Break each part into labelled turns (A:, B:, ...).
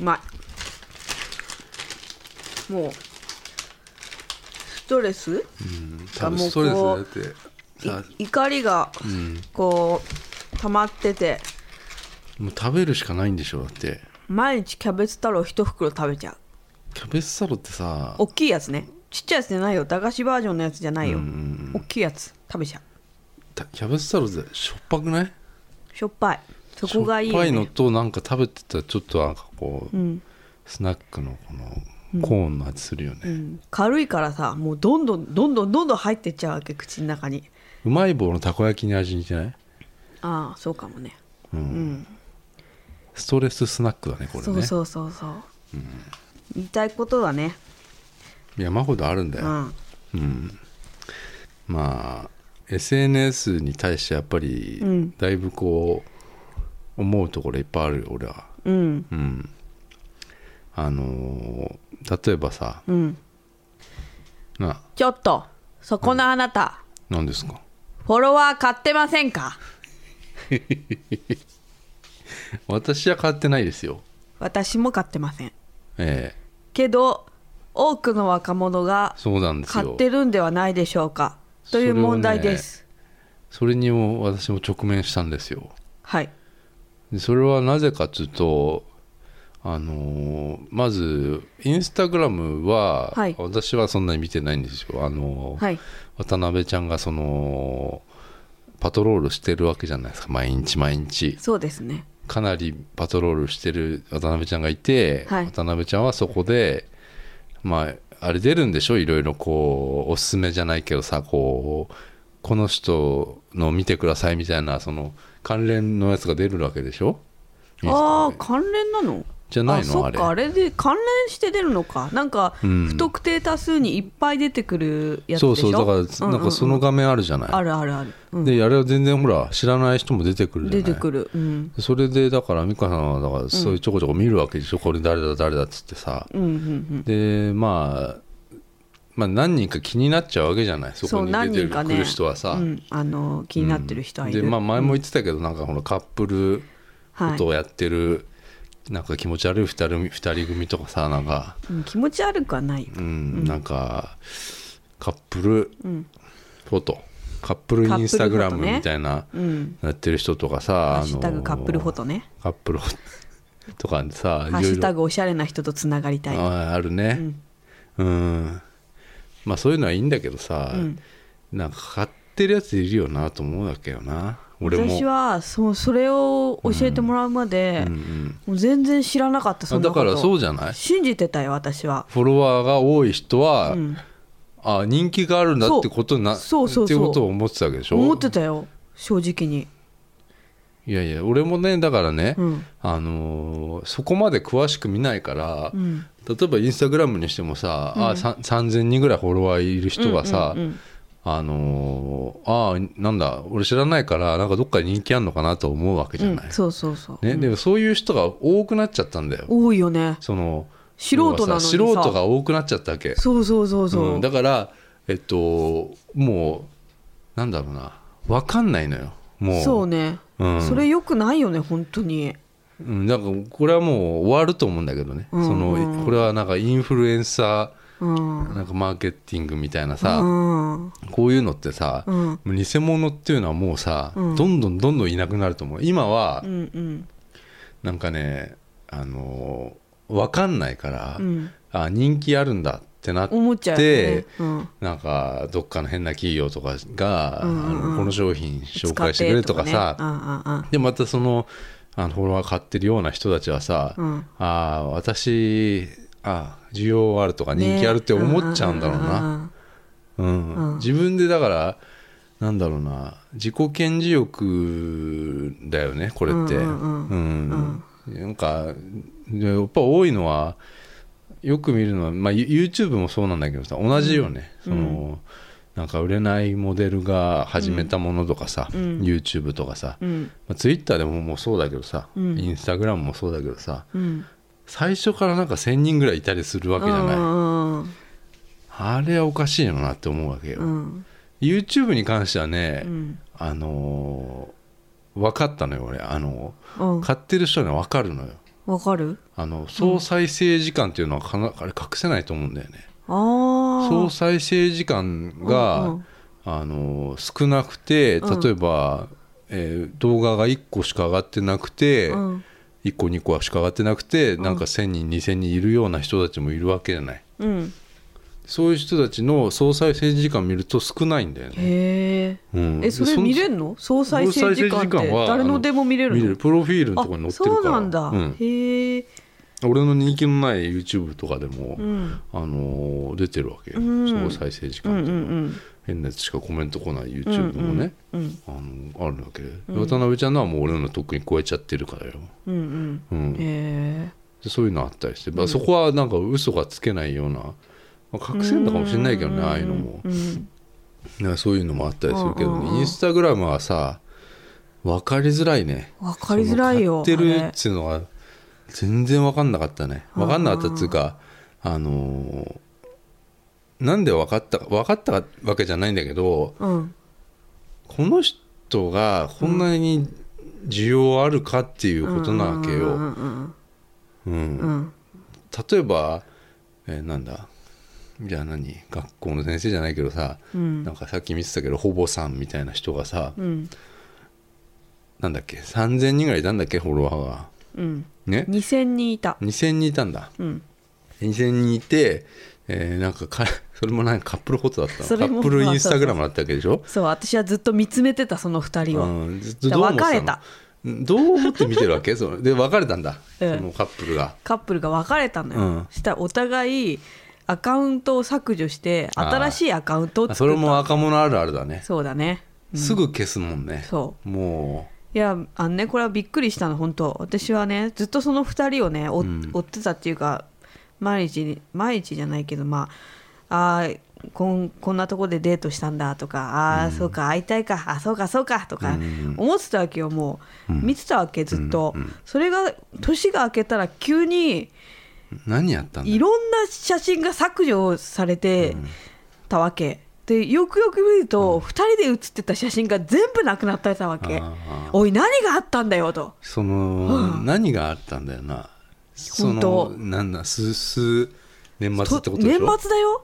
A: うまいもうストレス
B: うん多分ストレスだって
A: い
B: さ
A: 怒りが
B: うん
A: こう溜まってて
B: もう食べるしかないんでしょだって
A: 毎日キャベツ太郎一袋食べちゃう
B: キャベツサロってさ
A: 大きいやつねちっちゃいやつじゃないよ駄菓子バージョンのやつじゃないよ
B: うん
A: 大きいやつ食べちゃう
B: たキャベツサロってしょっぱくない
A: しょっぱいそこがいい
B: しょ
A: よ、
B: っぱいの
A: ね、
B: となんか食べてたらちょっとなんかこう、
A: ん
B: スナックのこのコーンの味するよね、う
A: うん軽いからさもうどんどんどんどんどんどん入ってっちゃうわけ口の中に
B: まい棒のたこ焼きに味似てない
A: ああそうかもね
B: ストレススナックだねこれね
A: そうそうそうそう、言いたいことだね
B: 山ほどあるんだ
A: う
B: よ、
A: ん
B: まあ SNS に対してやっぱり、
A: うん
B: だいぶこう思うところいっぱいあるよ俺は
A: うん
B: うんあのー例えばさ
A: うん
B: な
A: ちょっとそこのあなた、
B: 何ですか
A: フォロワー買ってませんか
B: 私は買ってないですよ
A: 私も買ってません
B: ええ
A: けど多くの若者が
B: そうなんですよ
A: 買ってるんではないでしょうかという問題です、
B: それにも私も直面したんですよ
A: はい
B: でそれはなぜかというとあのーまずインスタグラムは、
A: はい
B: 私はそんなに見てないんですよあのー
A: はい
B: 渡辺ちゃんがそのパトロールしてるわけじゃないですか毎日毎日
A: そうですね
B: かなりパトロールしてる渡辺ちゃんがいて、
A: はい
B: 渡辺ちゃんはそこでまああれ出るんでしょいろいろこうおすすめじゃないけどさこうこの人の見てくださいみたいなその関連のやつが出るわけでしょインス
A: ああ
B: タで
A: 関連なの
B: じゃないの
A: そ
B: あ
A: っ
B: れ
A: かあれで関連して出るのかなんか、
B: うん
A: 不特定多数にいっぱい出てくるやつ
B: そ
A: で
B: う
A: しょ
B: そうだから、
A: う
B: なんかその画面あるじゃない
A: あるあるある、うん
B: であれは全然ほら知らない人も出てくるじ
A: 出
B: ゃない
A: てくるうん
B: それでだから美香さんはだからそういうちょこちょこ見るわけでしょ、これ誰だ誰だっつってさ、
A: うんうんうん
B: でまあまあ何人か気になっちゃうわけじゃないそこに出てる、来る人はさ、
A: うん、あの気になってる人はいる、
B: でまあ前も言ってたけど、なんかこのカップル
A: はい
B: ことをやってる、なんか気持ち悪い2人組二人組とかさなんか
A: うん気持ち悪くはないよ
B: うん、なんかカップルフォト、カップルインスタグラムみたいな、
A: うん
B: やってる人とかさ
A: ハ
B: あの
A: ッシュタグカップルフォトね
B: カップルフォト とかさ
A: ハッシュタグおしゃれな人とつながりたい
B: ああるねうんまあそういうのはいいんだけどさ、なんか買ってるやついるよなと思うわけよな俺も
A: 私はそうそれを教えてもらうまで、もう全然知らなかったそ
B: あ
A: んな
B: だ
A: こ
B: か
A: と
B: らそうじゃない
A: 信じてたよ私は
B: フォロワーが多い人は、あ人気があるんだってことにな
A: そうそうそうそう
B: っていうことを思ってたわけでしょ
A: 思ってたよ正直に
B: いやいや俺もねだからね、
A: うん
B: あのーそこまで詳しく見ないから、
A: ん
B: 例えばインスタグラムにしてもさ、あさん3000人ぐらいフォロワーいる人がさ、あのーあーなんだ俺知らないからなんかどっかに人気あんのかなと思うわけじゃ
A: うん
B: ない、
A: そうそうそう、
B: ね、でもそういう人が多くなっちゃったんだよ
A: 多いよね
B: その
A: 素人なのにさ
B: 要は素人が多くなっちゃったわけ
A: そうそうそうそう、
B: うんだからえっともうなんだろうな分かんないのよもう
A: そうね、
B: うん
A: それよくないよね本当に
B: うん、なんかこれはもう終わると思うんだけどね、
A: んうん
B: そのこれはなんかインフルエンサ
A: うん
B: ーなんかマーケティングみたいなさ、
A: うん
B: こういうのってさ、
A: うんうん
B: もう偽物っていうのはもうさ、どんどんどんどんいなくなると思う今は
A: うん
B: なんかねあの分かんないから、
A: うん
B: あ人気あるんだってなって
A: 思っちゃうよねうん
B: なんかどっかの変な企業とかが、
A: んうん
B: あのこの商品紹介してくれとか
A: 使っ
B: さ
A: てとかね
B: でまたそのあのフォロワー買ってるような人たちはさ、
A: うん
B: ああ私あ需要あるとか
A: うんうんうん
B: 人気あるって思っちゃうんだろうな、
A: んん
B: うん自分でだからなんだろうな自己顕示欲だよねこれって、
A: うんうん
B: うんなんかやっぱ多いのはよく見るのは、まあ、ユ YouTube もそうなんだけどさ同じよね、そのなんか売れないモデルが始めたものとかさ、YouTube とかさ、
A: うんうん
B: まあ、Twitter でももうそうだけどさ、インスタグラムもそうだけどさ
A: うん
B: 最初からなんか1,000人ぐらいいたりするわけじゃない、
A: うんうん
B: あれはおかしいよなって思うわけよ、
A: うん
B: YouTube に関してはね、
A: うん
B: あのー分かったのよ俺あのー
A: うん
B: 買ってる人には分かるのよ
A: わかる
B: あの総再生時間っていうのはかなあれ隠せないと思うんだよね
A: ああ
B: 総再生時間が、
A: うんうん
B: あの少なくて
A: うん
B: 例えば、えー動画が1個しか上がってなくて、
A: うん
B: 1個2個しか上がってなくて、
A: ん
B: なんか1,000人2,000人いるような人たちもいるわけじゃない
A: うん
B: そういう人たちの総再生時間見ると少ないんだよね。
A: へえ
B: うん
A: えそれ見れ
B: る
A: るの総再生時間っ
B: 総再生時
A: て
B: 間は
A: 誰のでも見れるの
B: 見れるプロフィールのところに
A: あ
B: 載って
A: そ
B: る
A: う
B: か
A: な
B: ら
A: んだ、
B: うん
A: へえ
B: 俺の人気のない YouTube とかでも、
A: うん
B: あのー出てるわけよ、
A: うん
B: 総再生時
A: うん
B: 間って
A: う
B: いうのは、
A: ん
B: 変なやつしかコメント来ない
A: うん
B: YouTube もね、
A: うんうん
B: あのあるわけで、渡辺ちゃんのはもう俺のとっくに超えちゃってるからよ、
A: うん
B: うん
A: うんへ
B: でそういうのあったりして、まあ、そこはなんか嘘がつけないような、まあ、
A: え
B: 隠せんのかもしれないけどねああいうのも、
A: うん
B: なんかそういうのもあったりするけど、
A: うんうんうん
B: インスタグラムはさ分かりづらいね
A: わかりづらいよ
B: その買ってる
A: あ
B: っ
A: れ
B: ていうのが全然分かんなかったね
A: うんう
B: 分
A: ん
B: かんなかったっていうか、あのーなんで分かった分かったわけじゃないんだけど
A: うん
B: この人がこんなに需要あるかっていうことなわけよ、
A: うんうん
B: うん
A: うんうん
B: 例えば、えーなんだじゃあ何学校の先生じゃないけどさ、
A: うん
B: なんかさっき見てたけどほぼさんみたいな人がさ、
A: うん
B: なんだっけ3000人ぐらいいたんだっけフォロワーが
A: うん
B: ね
A: 2000人いた
B: 2000人いたんだ
A: うん
B: 2000人いて、えーなんか かそれもなんかカップルフォトだった
A: そ
B: のカ
A: れも
B: ップルインスタグラムだったわけでしょ
A: そう私はずっと見つめてたその2人を
B: うんずっと
A: だ
B: どう
A: から
B: 思っ
A: 別
B: てたの
A: れた
B: うんどう思って見てるわけそので別れたんだ、
A: うん
B: そのカップルが
A: カップルが別れたのよ、
B: うん
A: したらお互いアカウントを削除して
B: あー
A: 新しいアカウントを作った
B: あそれも若者あるあるだね、
A: そうだね
B: すぐ消すもんね
A: そう
B: も
A: いやあのねこれはびっくりしたの本当私はねずっとその2人をね追,、追ってたっていうか毎日毎日じゃないけどまああーこんこんなとこでデートしたんだとかああー、そうか会いたいかあそうかそうかとか思ってたわけよもう、見てたわけずっと、それが年が明けたら急に
B: う何やったんだ
A: いろんな写真が削除されてたわけ、でよくよく見ると、2人で写ってた写真が全部なくなってたわけ
B: あー
A: おい何があったんだよと
B: その何があったんだよなそ
A: 本当
B: のなんだ数数年末ってことで
A: 年
B: しょ
A: 末だよ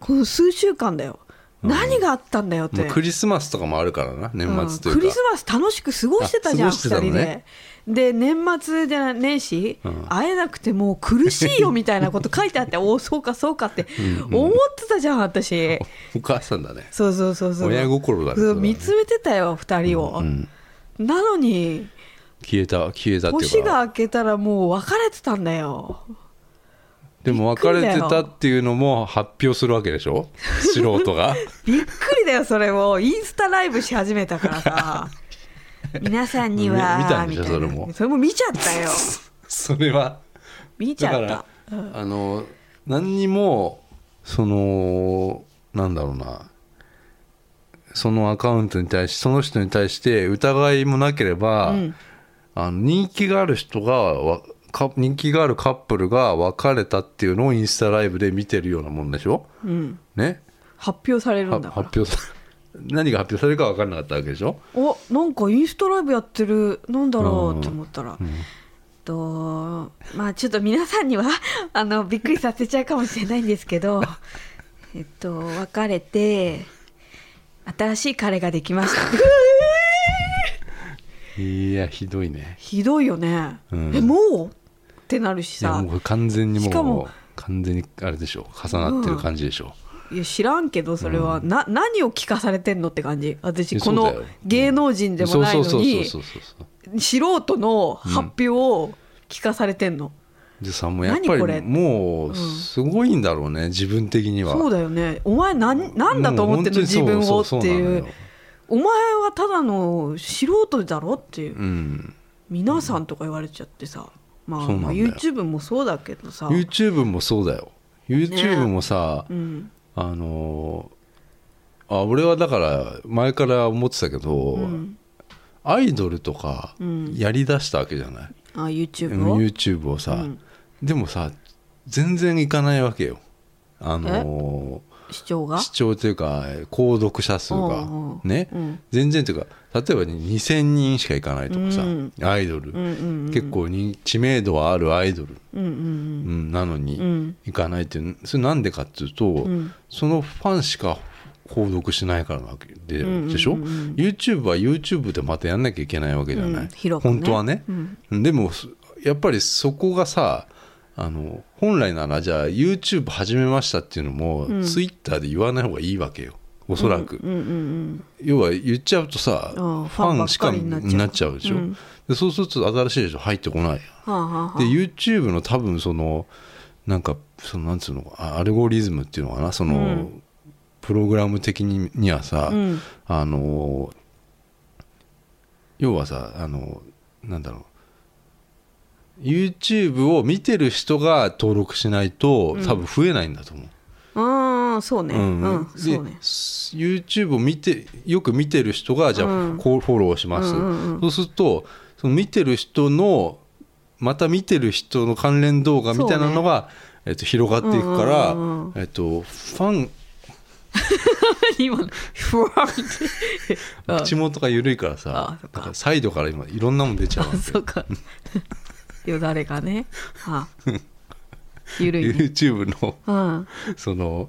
A: この数週間だよ、何があったんだよって、
B: もうクリスマスとかもあるからな年末というか、
A: うんクリスマス楽しく過ごしてたじゃん、
B: あ過ごしてた
A: 2
B: の
A: 人
B: ね
A: で。で、年末じゃ年始、
B: うん
A: 会えなくてもう苦しいよみたいなこと書いてあって、 おお、そうか、そうかって思ってたじゃん、私。
B: お母さんだね
A: そうそうそうそう。
B: 親心だ
A: そ
B: ねそれ
A: う
B: はね
A: 見つめてたよ、2人を。
B: うん
A: なのに、
B: 消えた消えたってい
A: 年
B: うか
A: が明けたらもう別れてたんだよ。
B: でも別れてたっていうのも発表するわけでしょ素人が
A: びっくりだよそれをインスタライブし始めたから さ皆さんには
B: み見たんでしょ
A: みいな
B: それも
A: それも見ちゃったよ
B: それは
A: 見ち
B: だ
A: ゃ
B: か
A: っ
B: ら
A: た、
B: あの何にもそのなんだろうなそのアカウントに対しその人に対して疑いもなければ、
A: うん
B: あの人気がある人がわか人気があるカップルが別れたっていうのをインスタライブで見てるようなもんでしょ
A: うん、
B: ね
A: 発表され る
B: は
A: んだ
B: 発
A: から
B: 表さ何が発表されるか分からなかったわけでしょ
A: おなんかインスタライブやってるなんだろうって思ったら、
B: ん
A: とまあちょっと皆さんには あのびっくりさせちゃうかもしれないんですけ どえっと別れて新しい彼ができ ました
B: いやひどいね
A: ひどいよね、
B: うん
A: えもうってなるし
B: いや
A: さ
B: もう完全にもう
A: しかも
B: 完全にあれでしょ重なってる感じでしょ、
A: いや知らんけどそれは、な何を聞かされてんのって感じ
B: い
A: 私
B: や
A: こ
B: そう
A: の
B: だよ
A: 芸能人でもないのに
B: そうそうそうそうそうそう
A: 素人の発表を聞かされてんの、
B: でさもうやっぱ
A: 何こ
B: り
A: れ
B: もうすごいんだろうね、自分的には
A: そうだよねお前何何だと思ってんの
B: もう本当にそ
A: 自
B: う
A: 分をって
B: そうそうなの
A: い
B: よ
A: うお前はただの素人だろっていう、
B: うん
A: 皆さんとか言われちゃってさまあ
B: そうなん
A: ま
B: だ
A: あ
B: よ
A: YouTube もそうだけどさ、
B: YouTube もそうだよ YouTube もさ、
A: うん、
B: あのーあ俺はだから前から思ってたけど、
A: ん
B: アイドルとか
A: うん
B: やりだしたわけじゃない、
A: あ YouTube を、
B: YouTube をさ、
A: うん
B: でもさ全然いかないわけよあのー
A: 視聴が
B: 視聴というか購読者数が
A: うんうん
B: ね、
A: うん
B: 全然というか例えば2,000人しか行かないとかさ、
A: うん
B: アイドル、
A: うんうん
B: 結構に知名度はあるアイドル、
A: うんうん
B: うんなのに、
A: うんうん
B: 行かないっていうそれなんでかっていうと、
A: ん
B: そのファンしか購読しないからなわけで,、
A: うんうんうん
B: でしょ YouTube は YouTube でまたやんなきゃいけないわけじゃない、
A: うん広くね
B: 本当はね、でもそやっぱりそこがさあの本来ならじゃあ YouTube 始めましたっていうのも、Twitter で言わない方がいいわけよおそらく、
A: うんうん
B: 要は言っちゃうとさ、
A: うん
B: ファンしか
A: ファンばっかり
B: に
A: にな
B: なっ
A: っ
B: ち
A: ちゃ
B: ゃう
A: う
B: でしょ、でそうすると新しいでしょ入ってこないよ
A: はあはあは
B: で
A: あ
B: YouTube の多分そのなんかそのなんつうのかあアルゴリズムっていうのかなその、
A: うん
B: プログラム的ににはさ、
A: うん
B: あの要はさあのなんだろう YouTube を見てる人が登録しないと多分増えないんだと思う。
A: うんそうねう
B: うん
A: ん、
B: で
A: そうね
B: YouTube を見てよく見てる人がじゃあ、
A: うん
B: こうフォローします、
A: うんうんうん
B: そうするとその見てる人のまた見てる人の関連動画みたいなのが、えっと、広がっていくから、
A: うんうんうん
B: えっと、ファン
A: 今のふわーってあ
B: 口元が緩いから
A: あ
B: さ
A: そっか
B: なんかサイドから今いろんなもん出ちゃうわ
A: あそう かよだれがねはあゆるいね
B: YouTube の
A: うん
B: その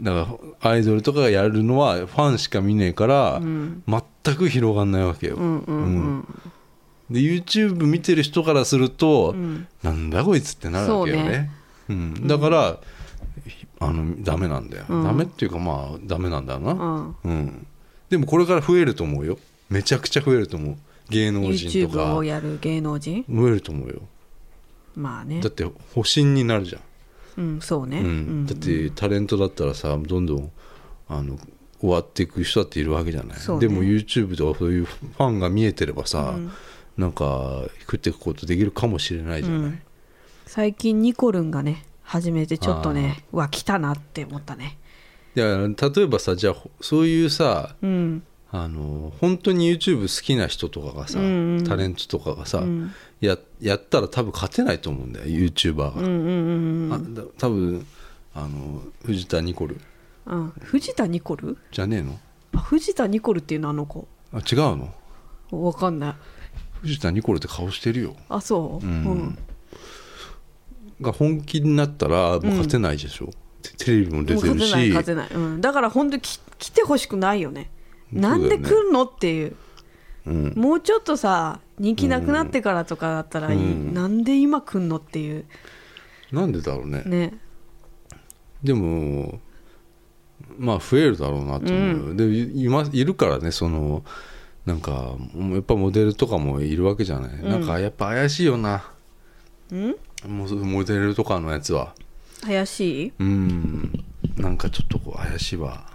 B: だからアイドルとかがやるのはファンしか見ねえから、
A: ん
B: 全く広がんないわけよ、
A: うんうんうん
B: で YouTube 見てる人からすると、
A: ん
B: なんだこいつってなるわけよね
A: そうね
B: うん、だから、あのダメなんだよ、
A: うん
B: ダメっていうかまあダメなんだよ
A: う
B: な、
A: ん
B: うんでもこれから増えると思うよめちゃくちゃ増えると思う芸能人
A: YouTube
B: とか
A: をやる芸能人
B: 増えると思うよ
A: まあね
B: だって保身になるじゃん
A: うんそうね
B: うんだってタレントだったらさどんどんあの終わっていく人だっているわけじゃない、
A: そうね
B: でも YouTube とかそういうファンが見えてればさ、なんか食っていくことできるかもしれないじゃない、
A: うん最近ニコルンがね始めてちょっとねうわ来たなって思ったね
B: いや例えばさじゃあほそういうさ
A: うん
B: あの本当に YouTube 好きな人とかがさ、
A: うんうん
B: タレントとかがさ、
A: うん
B: ややったら多分勝てないと思うんだよ YouTuber
A: う
B: が
A: ん、うんうん
B: あだ多分あの藤田ニコル
A: うんうん藤田ニコル
B: じゃねえの
A: あ藤田ニコルっていうのあの子
B: あ違うの
A: わかんない
B: 藤田ニコルって顔してるよ
A: あそう
B: うん
A: うん
B: が本気になったらもう勝てないでしょ、テテレビも出
A: もう
B: て
A: 勝
B: る
A: てない
B: し
A: 勝てない、うん、だから本当にき来てほしくないよね
B: そうだ
A: な
B: よね
A: んで来るのっていう
B: うん
A: もうちょっとさ人気なくなってからとかだったらいい、
B: うん
A: なんで今来んのっていう
B: なんでだろうね
A: ね
B: でもまあ増えるだろうなと思うよ、でいいますいるからねそのなんかもうやっぱモデルとかもいるわけじゃない、なんかやっぱ怪しいよな
A: うん
B: もうモデルとかのやつは
A: 怪しい
B: うんなんかちょっとこう怪しいわ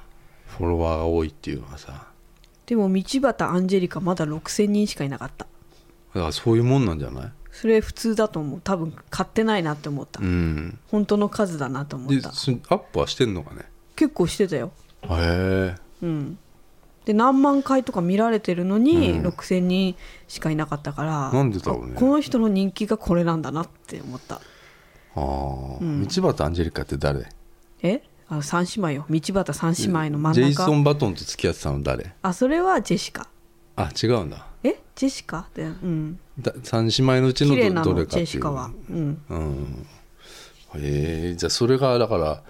B: フォロワーが多いっていうのがさ
A: でも道端アンジェリカまだ6000人しかいなかった
B: だからそういうもんなんじゃない
A: それ普通だと思う多分買ってないなって思った、
B: うん
A: 本当の数だなと思
B: で
A: った
B: すアップはしてんのかね
A: 結構してたよ
B: へえ
A: うんで何万回とか見られてるのに、
B: うん
A: 6000人しかいなかったから
B: なんでだろうね
A: あこの人の人気がこれなんだなって思った
B: ああ、道端アンジェリカって誰
A: えあの三姉妹よ道端三姉妹の真ん中
B: ジェイソン・バトンと付き合ってたの誰
A: あそれはジェシカ
B: あ違うんだ
A: えジェシカってうん
B: だ三姉妹のうちの
A: 綺麗
B: ど
A: な
B: ど
A: の
B: れか
A: ジェ
B: っていう
A: シカはうん
B: うんへえじゃあそれがだから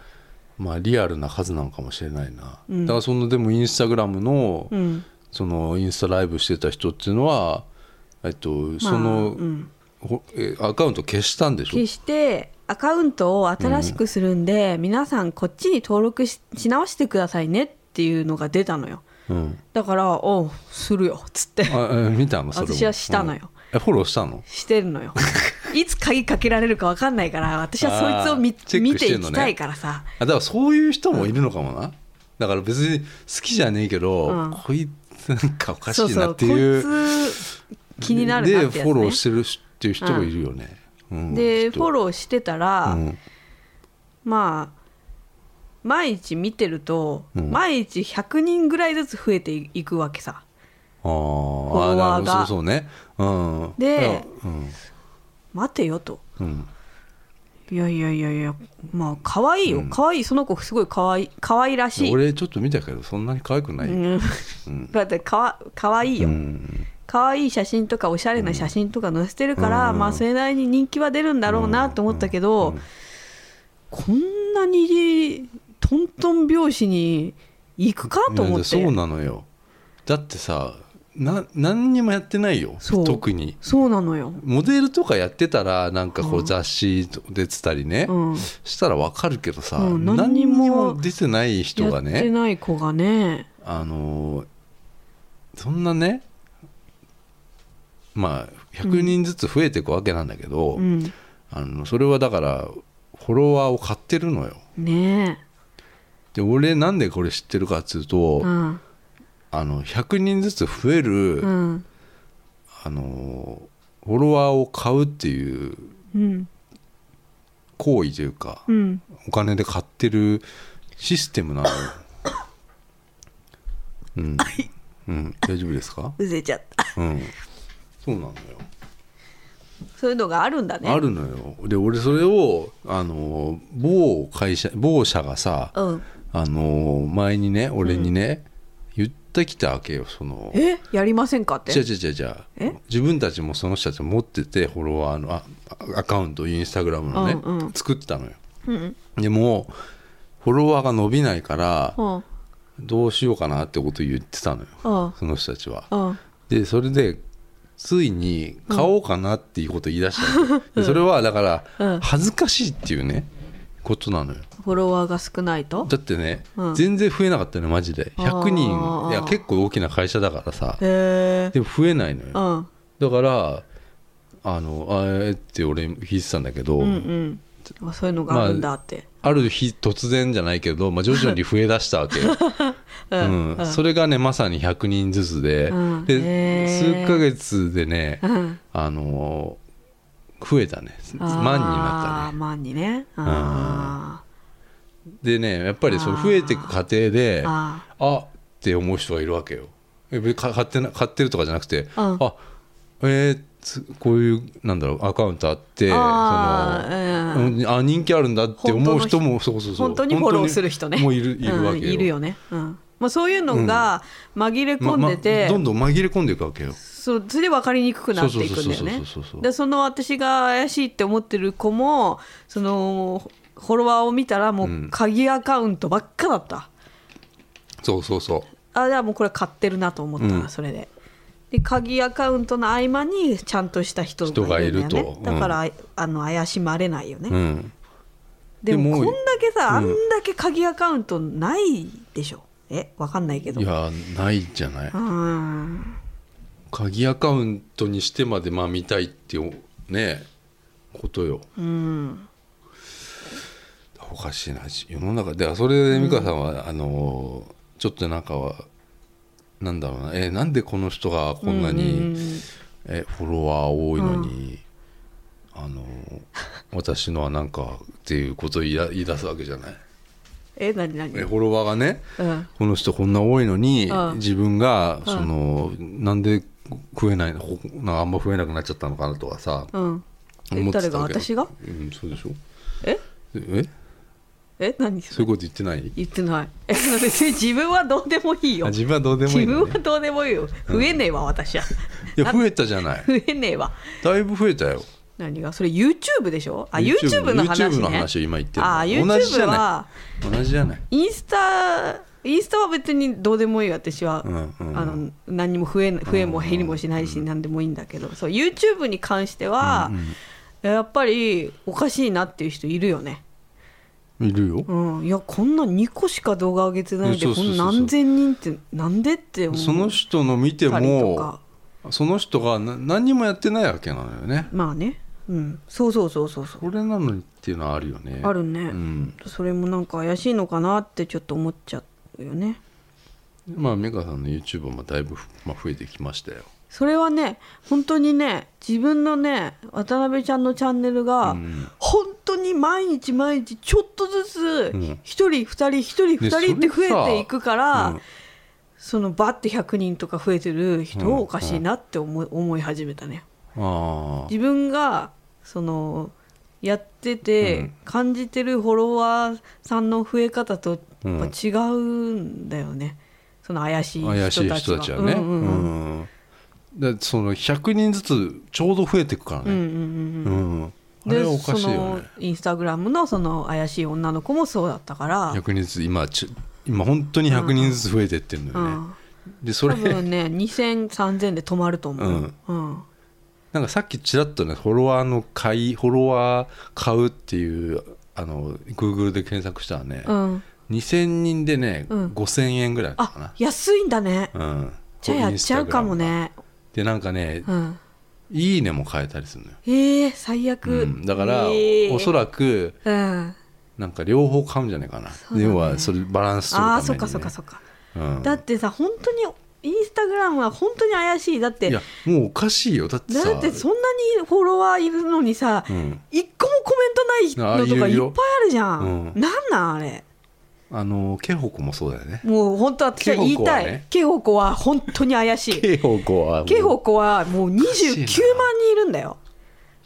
B: まあリアルな数なのかもしれないな、
A: うん
B: だからそのでもインスタグラムの、
A: うん
B: そのインスタライブしてた人っていうのはえっと
A: まあ
B: その、
A: うん
B: ほえアカウント消したんでしょ
A: 決してアカウントを新しくするんで、皆さんこっちに登録しし直してくださいねっていうのが出たのよ
B: うん
A: だからおうするよっつって
B: あえ見たのそれも
A: 私はしたのよ
B: うんえフォローしたの
A: してるのよいつ鍵かけられるか分かんないから私はそいつを見
B: あーチェッ
A: 見
B: クしてて
A: い
B: んのね
A: きたいからさ
B: あだからそういう人もいるのかもな、だから別に好きじゃねえけど、
A: うん
B: こいつなんかおかし
A: そう
B: い
A: そ
B: な
A: う
B: っていう
A: こいつ気になるなって
B: で
A: やつ、ね、
B: フォローしてるしっていう人がいるよね、うん
A: でフォ
B: ロ
A: ローしてたら、
B: うん
A: まあ毎日見てると、
B: うん
A: 毎日100人ぐらいずつ増えていくわけさ
B: あ
A: フォ
B: ーあ
A: ロワーが
B: なるほどそうそうねうん
A: で
B: うん
A: 待てよと
B: うん
A: いやいやいやいやまあ可愛いよ、可愛いその子すごい可愛い可愛らしい、
B: 俺ちょっと見たけどそんなに可愛くない、
A: うんだってかわ可愛いよ、
B: うん
A: 可愛い写真とかおしゃれな写真とか載せてるから、まあそれなりに人気は出るんだろうなと思ったけど、こんなにトントン拍子に行くかと思って
B: いやそうなのよだってさな何にもやってないよ
A: そう
B: 特に
A: そうなのよ、
B: モデルとかやってたらなんかこ
A: うん
B: う雑誌出てたりね、
A: うん、
B: したらわかるけどさ、
A: うん
B: 何に
A: 何にも
B: も出てない人が
A: やって
B: ね
A: ない子がね
B: あのーそんなねまあ100人ずつ増えていくわけなんだけど、
A: うん
B: あのそれはだからフォロワーを買ってるのよ
A: ね
B: で俺なんでこれ知ってるかっつうと、
A: えうん
B: あの100人ずつ増える、
A: うん
B: あのフォロワーを買うっていう
A: うん
B: 行為というか、
A: うん
B: お金で買ってるシステム なのよ。うん、うん、大丈夫ですか？
A: うぜちゃった
B: うん、そうなのよ。
A: そういうのがあるんだね
B: あるのよ。で、俺それをあの某会社某社がさ、
A: うん
B: あの前にね、俺にね、言ってきたわけよ。その
A: えやりませんかっ
B: じ
A: て
B: ゃじゃじゃじゃ
A: え
B: 自分たちもその人たちも持っててフォロワーのあアカウントインスタグラムのね、
A: うんうん
B: 作ったのよ
A: うん
B: でもフォロワーが伸びないから
A: うん
B: どうしようかなってことを言ってたのよ
A: うん
B: その人たちは
A: うん
B: でそれでついに買おうかなっていうことを言い出したのよ、でそれはだか
A: うん
B: ら恥ずかしいっていうねことなのよ
A: フォロワーが少ないと
B: だってね、
A: うん
B: 全然増えなかったのよマジで100
A: あー
B: 人いや結構大きな会社だからさ
A: へえ
B: でも増えないの
A: う
B: よ
A: ん
B: だからあのあえって俺聞いてたんだけど、
A: うんうんあそういうのがあるんだって、
B: ある日突然じゃないけど、まあ、徐々に増えだしたわけよ、 うんそれがねまさに100人ずつで,、
A: うんへ
B: で
A: ー
B: 数ヶ月でね
A: うん
B: あのー増えたね万にな
A: あー
B: ったね
A: 万にねあ
B: でねやっぱりその増えていく過程
A: ー
B: であ
A: あ
B: って思う人がいるわけよえ別にか買ってな買ってるとかじゃなくて、あえーつこういうなんだろうアカウントあってそ
A: あ
B: の
A: ーうん
B: うんあ人気あるんだって思う人もそうそうそう
A: 本当にフォローする人ね
B: もういるいるわ
A: う
B: け
A: ん
B: よ、
A: いるよね、うんまあ、そういうのが紛れ込んでて、
B: ままどんどん紛れ込んでいくわけよ
A: そうそれで分かりにくくなっていくんだよね
B: そうそうそうそうそうそう
A: でその私が怪しいって思ってる子もそのフォロワーを見たらもう鍵アカウントばっかだった、
B: そうそうそ
A: あじゃあもうこれ買ってるなと思ったな、
B: うん
A: それでで鍵アカウントの合間にちゃんとした人がいるんだよね
B: 人がいるとうん
A: だから、あの怪しまれないよね、
B: ううん
A: でも
B: でも
A: こんだけさ、
B: うん
A: あんだけ鍵アカウントないでしょえわかんないけど
B: いやないんじゃないう
A: ーん
B: 鍵アカウントにしてまでまあ見たいっておねことよ
A: うん
B: おかしいなし世の中でそれで美香さんは、あのーちょっとなんかはなんだろうなえなんでこの人がこんなに、
A: うんうん
B: えフォロワー多いのに、あの私のはなんかっていうことを言いだ言い出すわけじゃない
A: え何何
B: えフォロワーがね
A: うん
B: この人こんな多いのに、
A: うん
B: 自分がその、なんで食えないほなんかあんま増えなくなっちゃったのかなとかさ
A: うんえ
B: 思ってた
A: 誰が
B: わけ
A: 私が
B: うん、そうでしょ
A: え
B: え
A: え何そ
B: そういう
A: れ
B: こと言ってない
A: 言ってないえ別に自分はどうでもいいよ
B: あ自分はどうでもいい
A: 自
B: の
A: 分
B: ね、
A: はどうでもいいよ増えねえわ、私は
B: いや増えたじゃない
A: 増えねえわ
B: だいぶ増えたよ
A: 何がそれ YouTube でしょあ YouTube の話ね
B: YouTube の話を今言ってるの
A: ああ
B: 同じじ
A: YouTube
B: ゃない
A: は
B: 同じじゃない
A: インスタインスタは別にどうでもいい私は、
B: うんうんうん
A: あの何にも増えな増えも減りもしないし、何でもいいんだけどそう YouTube に関しては、やっぱりおかしいなっていう人いるよね、
B: いるよ、
A: うん、いやこんな2個しか動画上げてないで
B: う
A: こ
B: んそうそ
A: ん
B: うそうそう
A: な何千人ってなんでって思う
B: その人の見て
A: たりとか
B: もその人がな何にもやってないわけなのよね
A: まあね、うん、そうそうそうそうそう
B: これなのにっていうのはあるよね
A: あるね、
B: うん
A: それもなんか怪しいのかなってちょっと思っちゃうよね
B: まあ美香さんの YouTube もだいぶ、まあ、増えてきましたよ
A: それはね本当にね自分のね渡辺ちゃんのチャンネルが、
B: ん
A: 本当に毎日毎日ちょっとずつ
B: うん
A: 一人二人一人二
B: それ
A: 人
B: さ
A: って増えていくから、
B: うん
A: そのバッて100人とか増えてる人をおかしいなって思い,、思い始めたね
B: ああ
A: 自分がそのやってて、
B: うん
A: 感じてるフォロワーさんの増え方とやっぱ違うんだよね、その怪しい人たち
B: 怪しい
A: が
B: 人たちはね、
A: うんうんうん
B: うんでその100人ずつちょうど増えていくから
A: うんうん
B: ね、
A: うんうん
B: うんあれはおかしい
A: でそ
B: よ
A: の
B: ね
A: インスタグラムのその怪しい女の子もそうだったから、
B: 100人ずつ今ち今本当に100人ずつ増えてってるの
A: う
B: よね、
A: ん、
B: でそ
A: 多
B: れ
A: 分ね20003000で止まると思う、うん
B: なんかさっきちらっとねフォロワーの買いフォロワー買うっていうあの Google で検索したらね、
A: うん、
B: 2000人でね、
A: うん
B: 5000円ぐらいだった
A: あ
B: かな
A: 安いんだね
B: うん
A: じゃあやっちゃうかもね、
B: でなんかね
A: うん、
B: 「いいね」も変えたりするのよ、
A: ええ最悪、
B: うん、だから、
A: ええ
B: おそらく
A: うん
B: なんか両方買うんじゃないかな、
A: うだね
B: 要はそれバランス取るた
A: あ
B: め
A: あ
B: に、ね、
A: そっかそっかそっか、
B: うん
A: だってさ本当にインスタグラムは本当に怪しいだって
B: いやもうおかしいよだってさ
A: だってそんなにフォロワーいるのにさ、
B: うん
A: 一個もコメントないのと
B: あ
A: かい
B: いる
A: っ
B: よ
A: ぱいあるじゃん、
B: う
A: なんなんあれ
B: あのケホコもそうだよね
A: もう本当私は言いた
B: ケホコはいね
A: ケホコは本当に怪し い
B: ケホコはもう
A: ケホコはもう29万
B: しい
A: 人
B: な
A: いるんだよ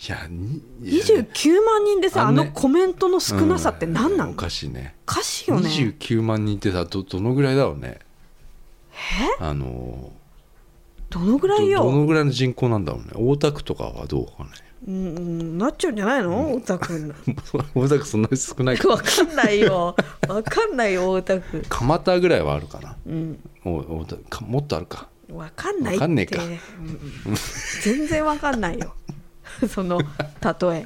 B: いやにいや
A: 29万人でさあ
B: あのね
A: のコメントの少なさって何な
B: う
A: の
B: おかしいね
A: おかしいよね
B: 29万人ってさどどのぐらいだろうねあの
A: どのぐらい
B: どど
A: よ
B: のぐらいの人口なんだろうね大田区とかはどうかね
A: うんうんなっちゃうんじゃないのオタク
B: 大田区そんなに少ない か
A: わかんないよわかんないよオタク
B: 蒲田ぐらいはあるかな
A: うん
B: お大田かもっとあるか
A: わかんないって
B: わかんねえか
A: うんうん全然わかん ないよその例え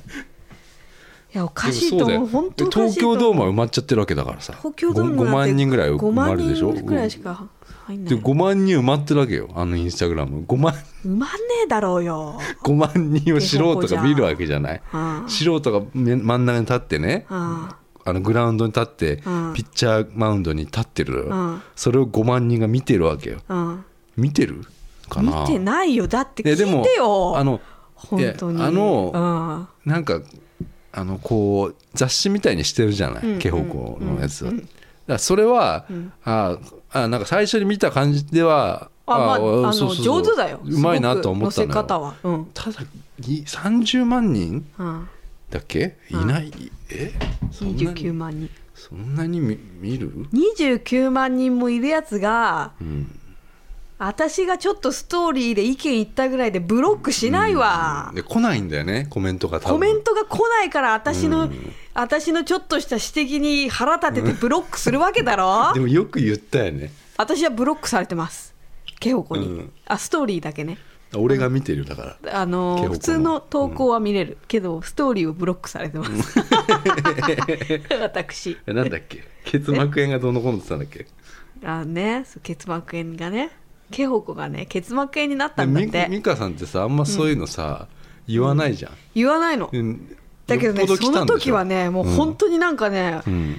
A: いやおかしいと思
B: で
A: う
B: もそうだよ
A: 本当おかし
B: 東
A: いと
B: 京
A: 思
B: ド
A: う
B: ームは埋まっちゃってるわけだからさ
A: 東京ドーム
B: ご5万人ぐらい
A: 5
B: 埋ま
A: 万
B: るでしょ
A: 人ぐらいしか入んない
B: で5万人埋まってるわけよあのインスタグラム5万
A: 埋まんねえだろうよ
B: 5万人を素人が見るわけじゃない
A: ああ
B: 素人がめ真ん中に立ってね
A: あ
B: あのグラウンドに立ってピ
A: うん
B: ッチャーマウンドに立ってる
A: ん
B: それを5万人が見てるわけよ
A: あうん
B: 見てるかな
A: 見てないよだって
B: い
A: 聞
B: や
A: いて
B: で
A: よ
B: もあの
A: 本当
B: い
A: に
B: やあの
A: うん
B: なんかあのこう雑誌みたいにしてるじゃない、
A: ん
B: 警報校のやつは、だからそれは、ああなんか最初に見た感じでは
A: あまああ
B: ー
A: の
B: そうそうそう
A: 上手だよ
B: うまいなと思った
A: すごく載せ方
B: のよ
A: はうん
B: ただい30万人
A: うん
B: だっけいない、えそんな
A: 29
B: に
A: 万人
B: そんなに見見る、
A: 29万人もいるやつが
B: うん、
A: 私がちょっとストーリーで意見言ったぐらいでブロックしないわ、
B: で来ないんだよねコメントが多分
A: コメントが来ないから私の、私のちょっとした指摘に腹立ててブロックするわけだろ
B: でもよく言ったよね
A: 私はブロックされてますケホコに、
B: うん
A: あストーリーだけね
B: 俺が見てるだから
A: あの
B: ケホコの
A: 普通の投稿は見れる、けどストーリーをブロックされてます 私
B: えなんだっけ結膜炎がどうのこうのって言ったんだっけ
A: あねそう結膜炎がねケホコがね結膜炎になったんだっ
B: み
A: て
B: 美香さんってさあんまそういうのさ、言わないじゃん、
A: 言わないの
B: うん
A: だけどね
B: よっぽ
A: そ
B: 来た
A: の
B: んでしょ
A: 時はねもう本当になんかね、
B: うん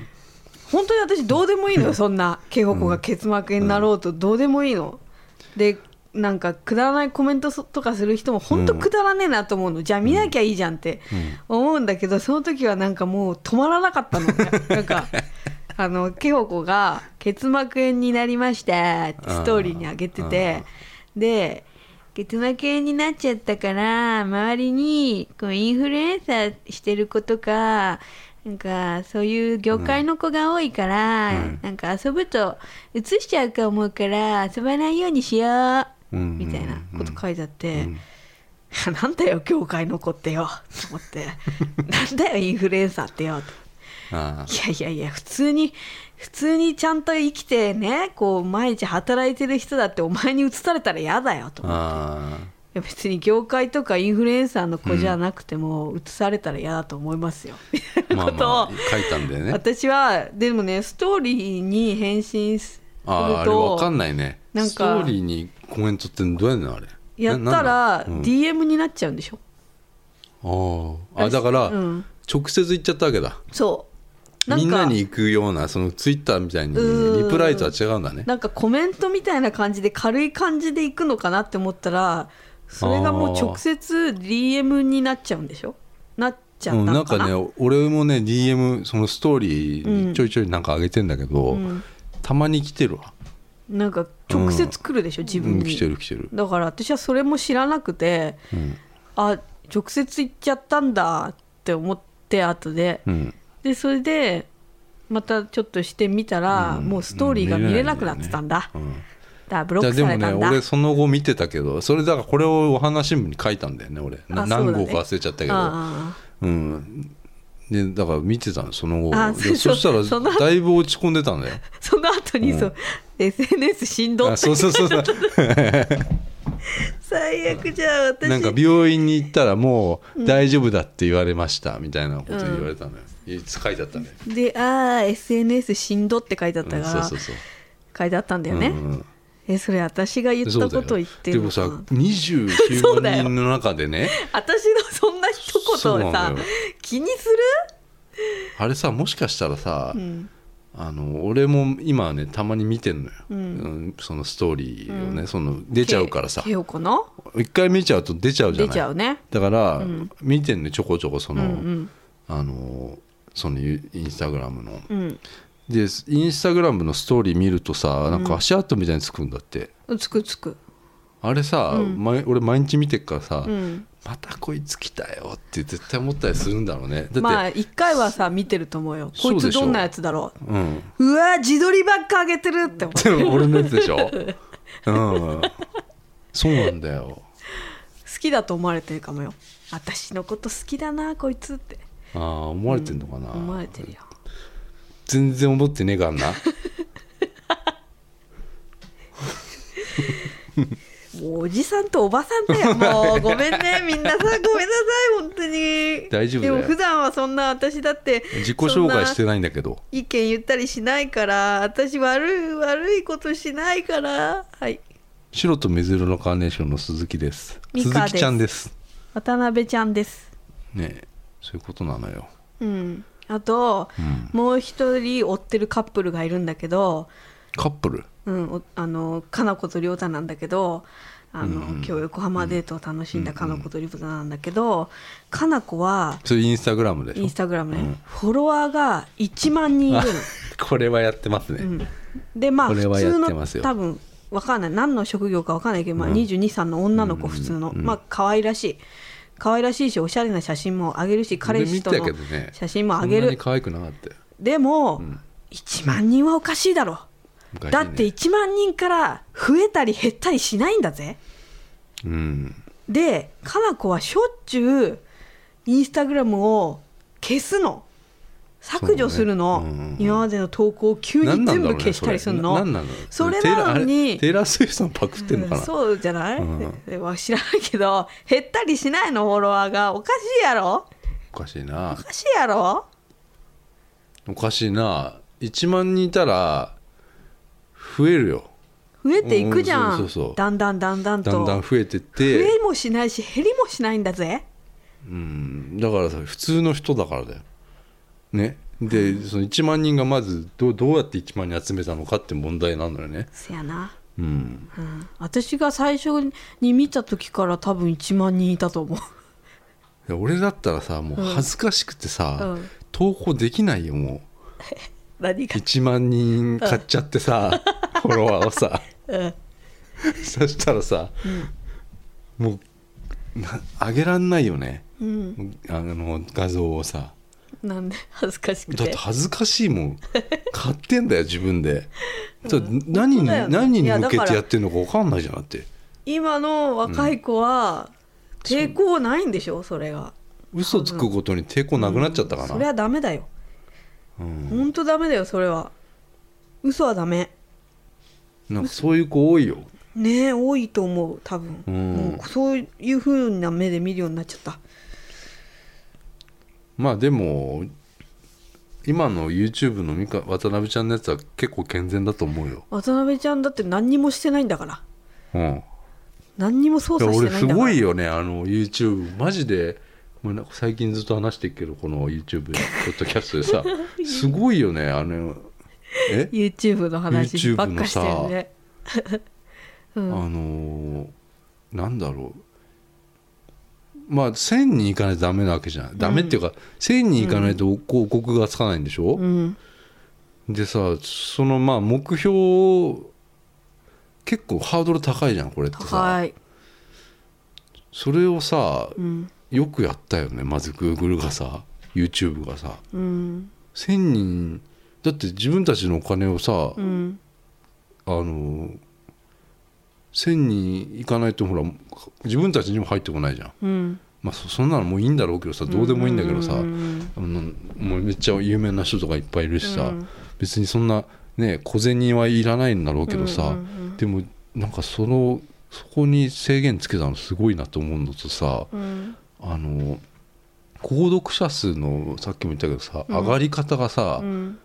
A: 本当に私どうでもいいのよそんなケホコが結膜炎になろうとどうでもいいの、でなんかくだらないコメントとかする人も本当くだらねえなと思うの、じゃあ見なきゃいいじゃんって思うんだけどその時はなんかもう止まらなかった のなんかあのケホコが「結膜炎になりました」ってストーリーに上げててで結膜炎になっちゃったから周りにこうインフルエンサーしてる子とかなんかそういう業界の子が多いから、なんか遊ぶと移しちゃうか思うから遊ばないようにしよう、
B: うん
A: みたいなこと書いてあって、なんだよ業界の子ってよと思ってなんだよインフルエンサーってよと
B: あ
A: いやいやいや普通に普通にちゃんと生きてねこう毎日働いてる人だってお前に移されたら嫌だよと
B: ああ
A: いや別に業界とかインフルエンサーの子じゃなくても移されたら嫌だと思いますよ、みたい
B: あ
A: な
B: ま
A: こ
B: あ
A: とを、
B: まあ書いたんだよね
A: 私はでもねストーリーに返信する
B: あああれわかん
A: と
B: ないね
A: なんか
B: ストーリーにコメントってどうやんのあれ
A: やったら
B: ななんなの
A: DM になっちゃうんでしょ、
B: うんあああだから、
A: うん
B: 直接言っちゃったわけだ
A: そう
B: みんなに行くようなそのツイッターみたいに
A: うん
B: リプライとは違うんだね
A: なんかコメントみたいな感じで軽い感じでいくのかなって思ったらそれがもう直接 DM になっちゃうんでしょなっちゃ
B: う
A: っ
B: ん、
A: た
B: な
A: の
B: ん
A: か
B: か
A: な,、
B: ね俺もね DM そのストーリーにちょいちょいなんか上げてんだけど、
A: ん
B: たまに来てるわ、
A: なんか直接来るでしょ、自
B: う
A: 分
B: ん、
A: に
B: 来てる来てる
A: だから私はそれも知らなくて、
B: ん
A: あ直接行っちゃったんだって思ってって後で
B: うん
A: でそれでまたちょっとしてみたら、
B: うん
A: もうストーリーが見れなくなってたんだ、
B: うん
A: だからブロッ
B: じゃあ
A: クされ
B: でも
A: た
B: ね
A: んだ
B: 俺その後見てたけどそれだからこれをお話新聞に書いたんだよね俺な
A: あそうだ
B: 何
A: ね
B: 号か忘れちゃったけど
A: あ
B: うんでだから見てたのその後
A: あ
B: で
A: そう
B: そ
A: そう
B: した
A: そ
B: ら
A: の
B: だいぶ落ち込んでたんだよ
A: あその後にそう、SNS しんど
B: あ
A: って
B: そうそうそ うそう
A: 最悪じゃん私
B: なんか病院に行ったらもう大丈夫だって言われましたみたいなこと言われたのよ、いつ書いてあったね
A: で「ああ SNS しんど」って書いてあった
B: うん
A: か
B: そ
A: ら、
B: うそうそう
A: 書いてあったんだよね、
B: うんうん
A: えそれ私が言ったことを言って
B: で
A: る
B: も
A: の
B: さ
A: かな
B: 29
A: そうだ
B: 万
A: よ
B: 人の中でね
A: 私のそんな一
B: そう
A: 言
B: な
A: を
B: の
A: さ
B: よ
A: 気にす
B: あれさもしかしたらさ、
A: る、うん
B: あの俺も今ねたまに見てんのよ、
A: うん
B: うんそのストーリーをね、その出ちゃうからさ
A: けけよかな
B: 一回見ちゃうと出ちゃうじゃ
A: 出
B: ない
A: ちゃうね
B: だから、
A: ん
B: 見てんのちょこちょこそ
A: うん
B: の、
A: うん
B: あのそのインスタグラムの
A: う
B: でインスタグラムのストーリー見るとさなんか足跡みたいにつくんだって、
A: んつくつく
B: あれさ、毎俺毎日見てっからさ、
A: うん
B: またこいつ来たよって絶対思ったりするんだろうねだって、
A: まあ一回はさ見てると思うよこ
B: そう
A: い
B: でしょ
A: つどんなやつだろ
B: うん
A: ううわ自撮りばっか上げてるって思う
B: でも俺のやつでしょうんそうなんだ
A: 好
B: よ
A: きだと思われてるかもよ私のこと好きだなこいつって
B: ああ思われてんのかな、
A: 思われてるよ
B: 全然思ってねえからな
A: もうおじさんとおばさんだ よもうごめんねみんなさごめんなさい本当に
B: 大丈夫だよ
A: でも普段はそんな私だって
B: 自己紹介し
A: そんな
B: てないんだけど
A: 意見言ったりしないから私悪い悪いことしないからはい
B: 白と水色のカーネーションの鈴木です
A: ミカで
B: 鈴
A: す
B: 木ちゃんです
A: 渡辺ちゃんです
B: ねえそういうことなのよ
A: うんあと、もう一人追ってるカップルがいるんだけど、
B: カップル
A: うん、おあのかなことりょうたなんだけどあの、今日横浜デートを楽しんだかなことりょうたなんだけど、かなこは
B: それインスタグラムでしょ
A: インスタグラムね、
B: うん
A: フォロワーが1万人いる
B: あ これはやってますね、
A: の、うん、でまあ
B: こ
A: 普
B: れはや
A: 通
B: っ
A: の
B: てますよ
A: 多分わかんない何の職業かわかんないけど、まあ、22歳の女の子普通の、まあ可愛らしい可愛らしいしおしゃれな写真もあげるし彼氏との
B: 俺見たけどね
A: 写真もあ
B: そ
A: げ
B: んな
A: る、
B: に可愛くなかったよ
A: でも、1万人はおかしいだろ
B: 昔ね
A: だって1万人から増えたり減ったりしないんだぜ
B: うん
A: でかなこはしょっちゅうインスタグラムを消すの削除するの、
B: そうねうんうん
A: 今までの投稿を急に
B: 何なん
A: 全
B: だ
A: 部
B: ろうね
A: 消したりするの
B: それ何なの
A: それなのに
B: テイラーあれテイラー・スウィフトさんパクってんのかな、
A: うんそうじゃない、
B: うん
A: でわ知らないけど減ったりしないのフォロワーがおかしいやろ
B: おかしいな
A: おかしいやろ
B: おかしいな1万人いたら増えるよ
A: 増えていくじゃん、
B: うんそうそうそう
A: だんだんだんだんと
B: だんだん増えてっ
A: 増
B: て
A: えもしないし減りもしないんだぜ
B: うん、だからさ普通の人だからだよねでその1万人がまずどうどうやって1万人集めたのかって問題なのよね
A: せやな、
B: うん
A: うん、私が最初に見た時から多分1万人いたと思う
B: で俺だったらさもう恥ずかしくてさ、
A: うん
B: 投稿できないよも
A: 何
B: う
A: が
B: 1万人買っちゃってさ、 フォロワーをさ
A: うん
B: そしたらさ、もうな上げらんないよね
A: うん、
B: あの画像をさ
A: なんで恥ずかしく
B: だって
A: て
B: 恥ずかしいもん買ってんだよ自分で、だから何
A: 本当
B: に、
A: だよね
B: 何
A: い
B: に
A: や
B: 向け
A: だか
B: て
A: ら
B: やってるのか分かんないじゃんだって
A: 今の若い子は抵抗ないんでしょそれが
B: 嘘つくことに抵抗なくなっちゃったかな、
A: それはダメだよ
B: うん
A: ほんとダメだよそれは嘘はダメ
B: なんかそういう子多いよ
A: ねえ多いと思う多分、
B: うん
A: もうそういうふうな目で見るようになっちゃった
B: まあでも今の YouTube の美香渡辺ちゃんのやつは結構健全だと思うよ、
A: 渡辺ちゃんだって何にもしてないんだから
B: うん、
A: 何にも操
B: いや
A: 作して
B: 俺
A: ない
B: す
A: んだから
B: ごいよねあの YouTube マジでもうなんか最近ずっと話してるけどこの YouTube ポッドキャストで さすごいよねあのえ
A: YouTube の話ばっかしてるね
B: あのーなんだろうまあ1000人いかないとダメなわけじゃんダメっていうか、1000人いかないと広告がつかないんでしょ、
A: うん
B: でさそのまあ目標結構ハードル高いじゃんこれってさ
A: 高い、
B: それをさ
A: うん、
B: よくやったよねまず Google がさ YouTube がさ
A: うん
B: 1,000人だって自分たちのお金をさ、
A: うん
B: あの1,000人いかないとほら自分たちにも入ってこないじゃん、
A: うん
B: まあ、そそんなのもういいんだろうけどさどうでもいいんだけどさ、
A: うん
B: あのもうめっちゃ有名な人とかいっぱいいるしさ、
A: うん
B: 別にそんな、ね、小銭はいらないんだろうけどさ、
A: うんうんうん
B: でもなんかそのそこに制限つけたのすごいなと思うのとさ
A: うん
B: あの購読者数のさっきも言ったけどさ、上がり方がさ、
A: うん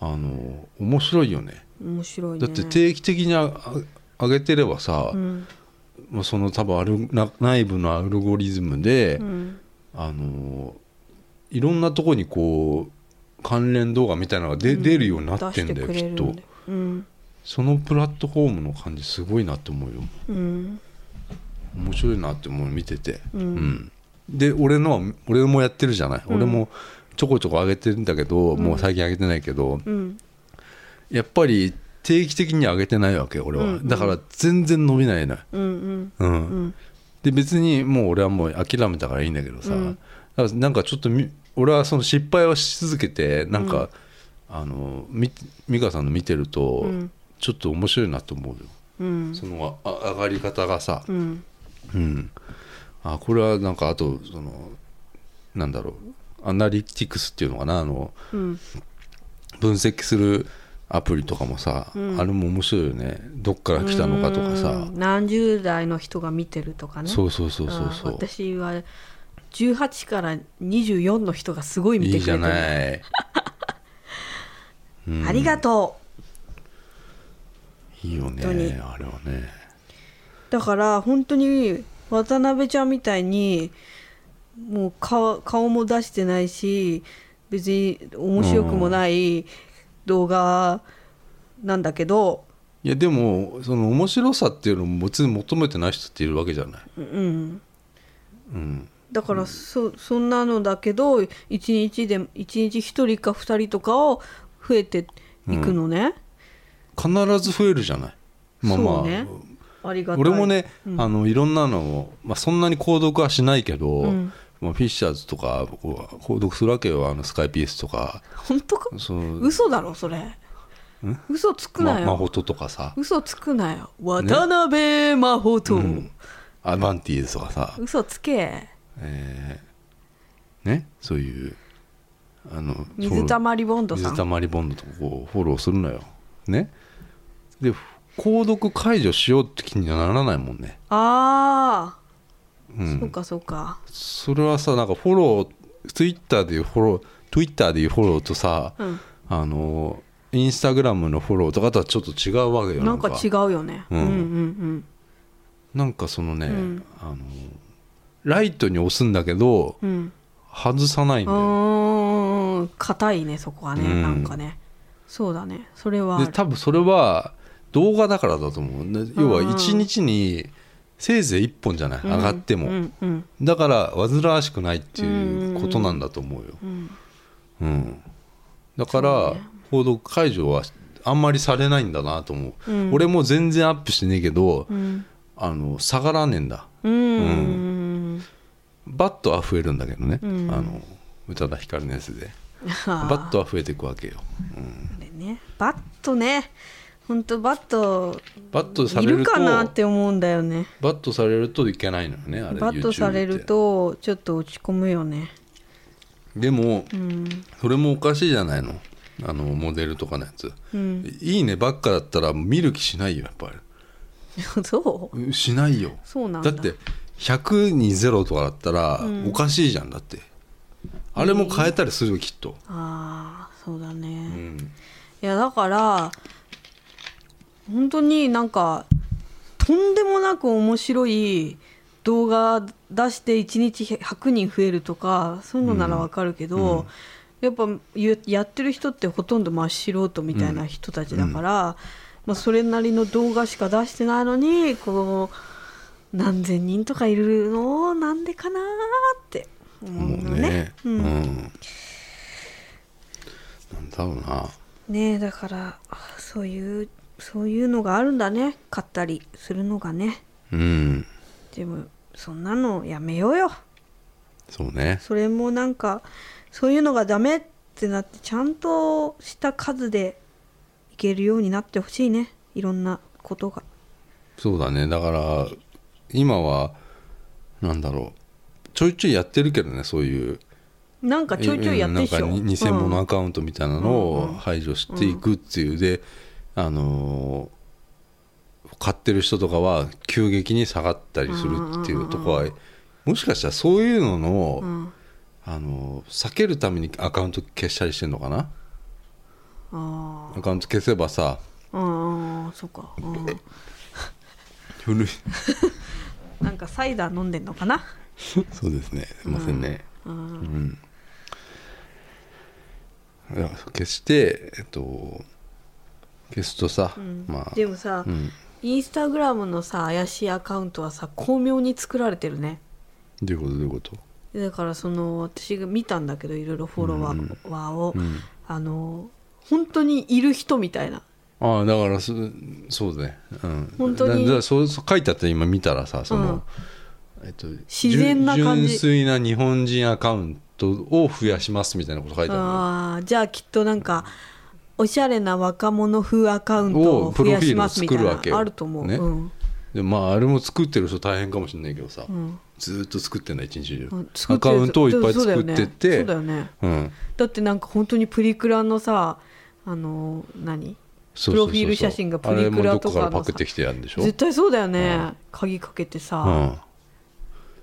B: あの面白いよね
A: 面白いね
B: だって定期的にああ上げてればさ、
A: うん
B: まあ、その多分アルな内部のアルゴリズムで、
A: うん
B: あのいろんなとこにこう関連動画みたいなのが出,、出るようになってんだよ
A: 出
B: き
A: してくれる
B: っと
A: んだようん
B: そのプラットフォームの感じすごいなって思うよ
A: うん
B: 面白いなって思う見てて、
A: う
B: うんんで俺のは俺もやってるじゃない、
A: ん
B: 俺もちょこちょこ上げてるんだけどもう最近上げてないけど、
A: うん
B: やっぱり定期的に上げてないわけ俺は、
A: うんうん
B: だから全然伸びないのよ、
A: うんうん
B: うん
A: うん
B: で別にもう俺はもう諦めたからいいんだけどさ、
A: うん
B: だからなんかちょっとみ俺はその失敗をし続けてなんか、あのみ美香さんの見てると、
A: うん
B: ちょっと面白いなと思うよ
A: うん
B: そのあ上がり方がさ、
A: うん
B: うん、あこれはなんかあとそのなんだろうアナリティクスっていうのかなあの
A: うん
B: 分析するアプリとかもさ、
A: うん
B: あれも面白いよねどっから来たのかとかさ
A: うん何十代の人が見てるとかね
B: そうそうそうそうそ
A: あ
B: う
A: 私は18から24の人がすごい見
B: い
A: て
B: い
A: く
B: じ
A: れ
B: ゃ
A: てる
B: ない、うん
A: ありがと
B: いいよ
A: 本当に
B: ねあれはね
A: うだから本当に渡辺ちゃんみたいにもう顔顔も出してないし別に面白くもない動画なんだけど、
B: いやでもその面白さっていうのも別に求めてない人っているわけじゃない、
A: うん、
B: うん、
A: だからそ,、そんなのだけど1日で一日1人か2人とかを増えていくのね、
B: 必ず増えるじゃないまあま
A: そ
B: あ、
A: うねありがたい
B: 俺もね、あのいろんなのを、まあ、そんなに購読はしないけど、
A: うん
B: まあ、フィッシャーズとかこう購読するわけよあのスカイピースとか
A: 本当か
B: そう
A: 嘘だろそれ嘘つくな
B: ま
A: よ、
B: マホトとかさ
A: 嘘つくなよ渡辺真帆と、
B: アバンティーズとかさ、
A: 嘘つけ
B: えーねそういうあの
A: 水たまりボンドさ
B: 水
A: ん
B: たまりボンドとこうフォローするのよ。ね。で、購読解除しようって気にはならないもんね。
A: あ
B: う。
A: あ、そうんかそうか
B: それはさ、なんかフォロー、ツイッターでいうフォロー、ツイッターでいうフォローとさ、
A: うん
B: あの、インスタグラムのフォローとかとはちょっと違うわけよ。
A: なんか違うよね、う、
B: うんん
A: うんうん
B: なんかそのね、
A: うん
B: あの、ライトに押すんだけど、
A: うん
B: 外さない
A: う
B: んだよ。
A: んうん硬いねそこはね、
B: うん
A: なんかねそうだねそれはあ
B: で、
A: る
B: 多分それは動画だからだと思う。で要は
A: うん
B: 1日にせいぜい1本じゃない、上がっても。
A: うんうん
B: だから煩わしくないっていうことなんだと思うよ、
A: うん
B: うんだから報道解除はあんまりされないんだなと思う、
A: うん
B: 俺も全然アップしてねえけど、
A: うん
B: あの下がらねえんだ
A: うんうん
B: バットは増えるんだけどね、
A: うん
B: あの宇多田ヒカルのやつで
A: あ
B: バ
A: ー
B: ットは増えていくわけよ、うん
A: これねバットね本当バット
B: バットさ
A: い
B: れる
A: る
B: と
A: かなって思うんだよね
B: バットされるといけないのよねあれ
A: バット
B: YouTube って
A: されるとちょっと落ち込むよね
B: でも
A: うん
B: それもおかしいじゃないのあのモデルとかのやつ、
A: うん
B: いいねばっかだったら見る気しないよやっぱり
A: そう
B: うんしないよ
A: そうなん
B: だ
A: だ
B: って100に0とかだったらおかしいじゃんだって、あれも変えたりするよきっと、
A: ああそうだね、
B: う
A: い
B: ん
A: やだから本当になんかとんでもなく面白い動画出して1日100人増えるとかそういうのならわかるけど、やっぱゆやってる人ってほとんど真っ素人みたいな人たちだから、まあ、それなりの動画しか出してないのにこう何千人とかいるのなんでかなーって思う
B: も
A: の
B: うね
A: ね。う
B: うん
A: ん
B: なんだろうな
A: ねえだからあそういうそういうのがあるんだね買ったりするのがね
B: うん
A: でもそんなのやめようよ
B: そうね
A: それもなんかそういうのがダメってなってちゃんとした数でいけるようになってほしいねいろんなことが
B: そうだねだから今はなんだろうちょいちょいやってるけどねそういう
A: なんかちょいちょいやってっしょ、
B: うんなんかに偽物アカウントみたいなのを排除していくっていう、であのー買ってる人とかは急激に下がったりするっていうとこは、もしかしたらそういうのの、
A: うんうん
B: あのー避けるためにアカウント消したりしてんのかな
A: あ
B: アカウント消せばさ
A: ーあーそうか、うん、
B: 古い
A: なんかサイダー飲んでんのかな
B: そうですねすいませんねうん、いや消してえっと消すとさ、
A: うん
B: まあ
A: でもさ、
B: うん、
A: インスタグラムのさ怪しいアカウントはさ巧妙に作られてるね
B: どういうことどういうこと
A: だからその私が見たんだけどいろいろフォロワーを、
B: うん
A: あの本当にいる人みたいな
B: ああだからそそうだねうん
A: 本当に
B: だだそうそう書いてあった今見たらさその、えっと、
A: 自然な感じ
B: 純粋な日本人アカウントを増やしますみたいなこと書いてあるの
A: あーじゃあきっとなんかおしゃれな若者風アカウント
B: を
A: を増やしますみたい
B: プロフィールを作るわけよ
A: なあると思う、
B: ね
A: うん
B: でまああれも作ってる人大変かもしれないけどさ、
A: うん
B: ずーっと作ってんだ一日中、
A: うん作
B: ア
A: って
B: カ
A: る
B: ウントをいっぱい
A: そうだ
B: 作
A: よね
B: ってって
A: そうだよね
B: うん
A: だってなんか本当にプリクラのさあの何
B: そうそうそうそう
A: プロフィール写真がプリクラとかのさ
B: あれもどっかからパクってきてやるんでしょ
A: 絶対そうだよね、
B: うん
A: 鍵かけて
B: う
A: さ、
B: ん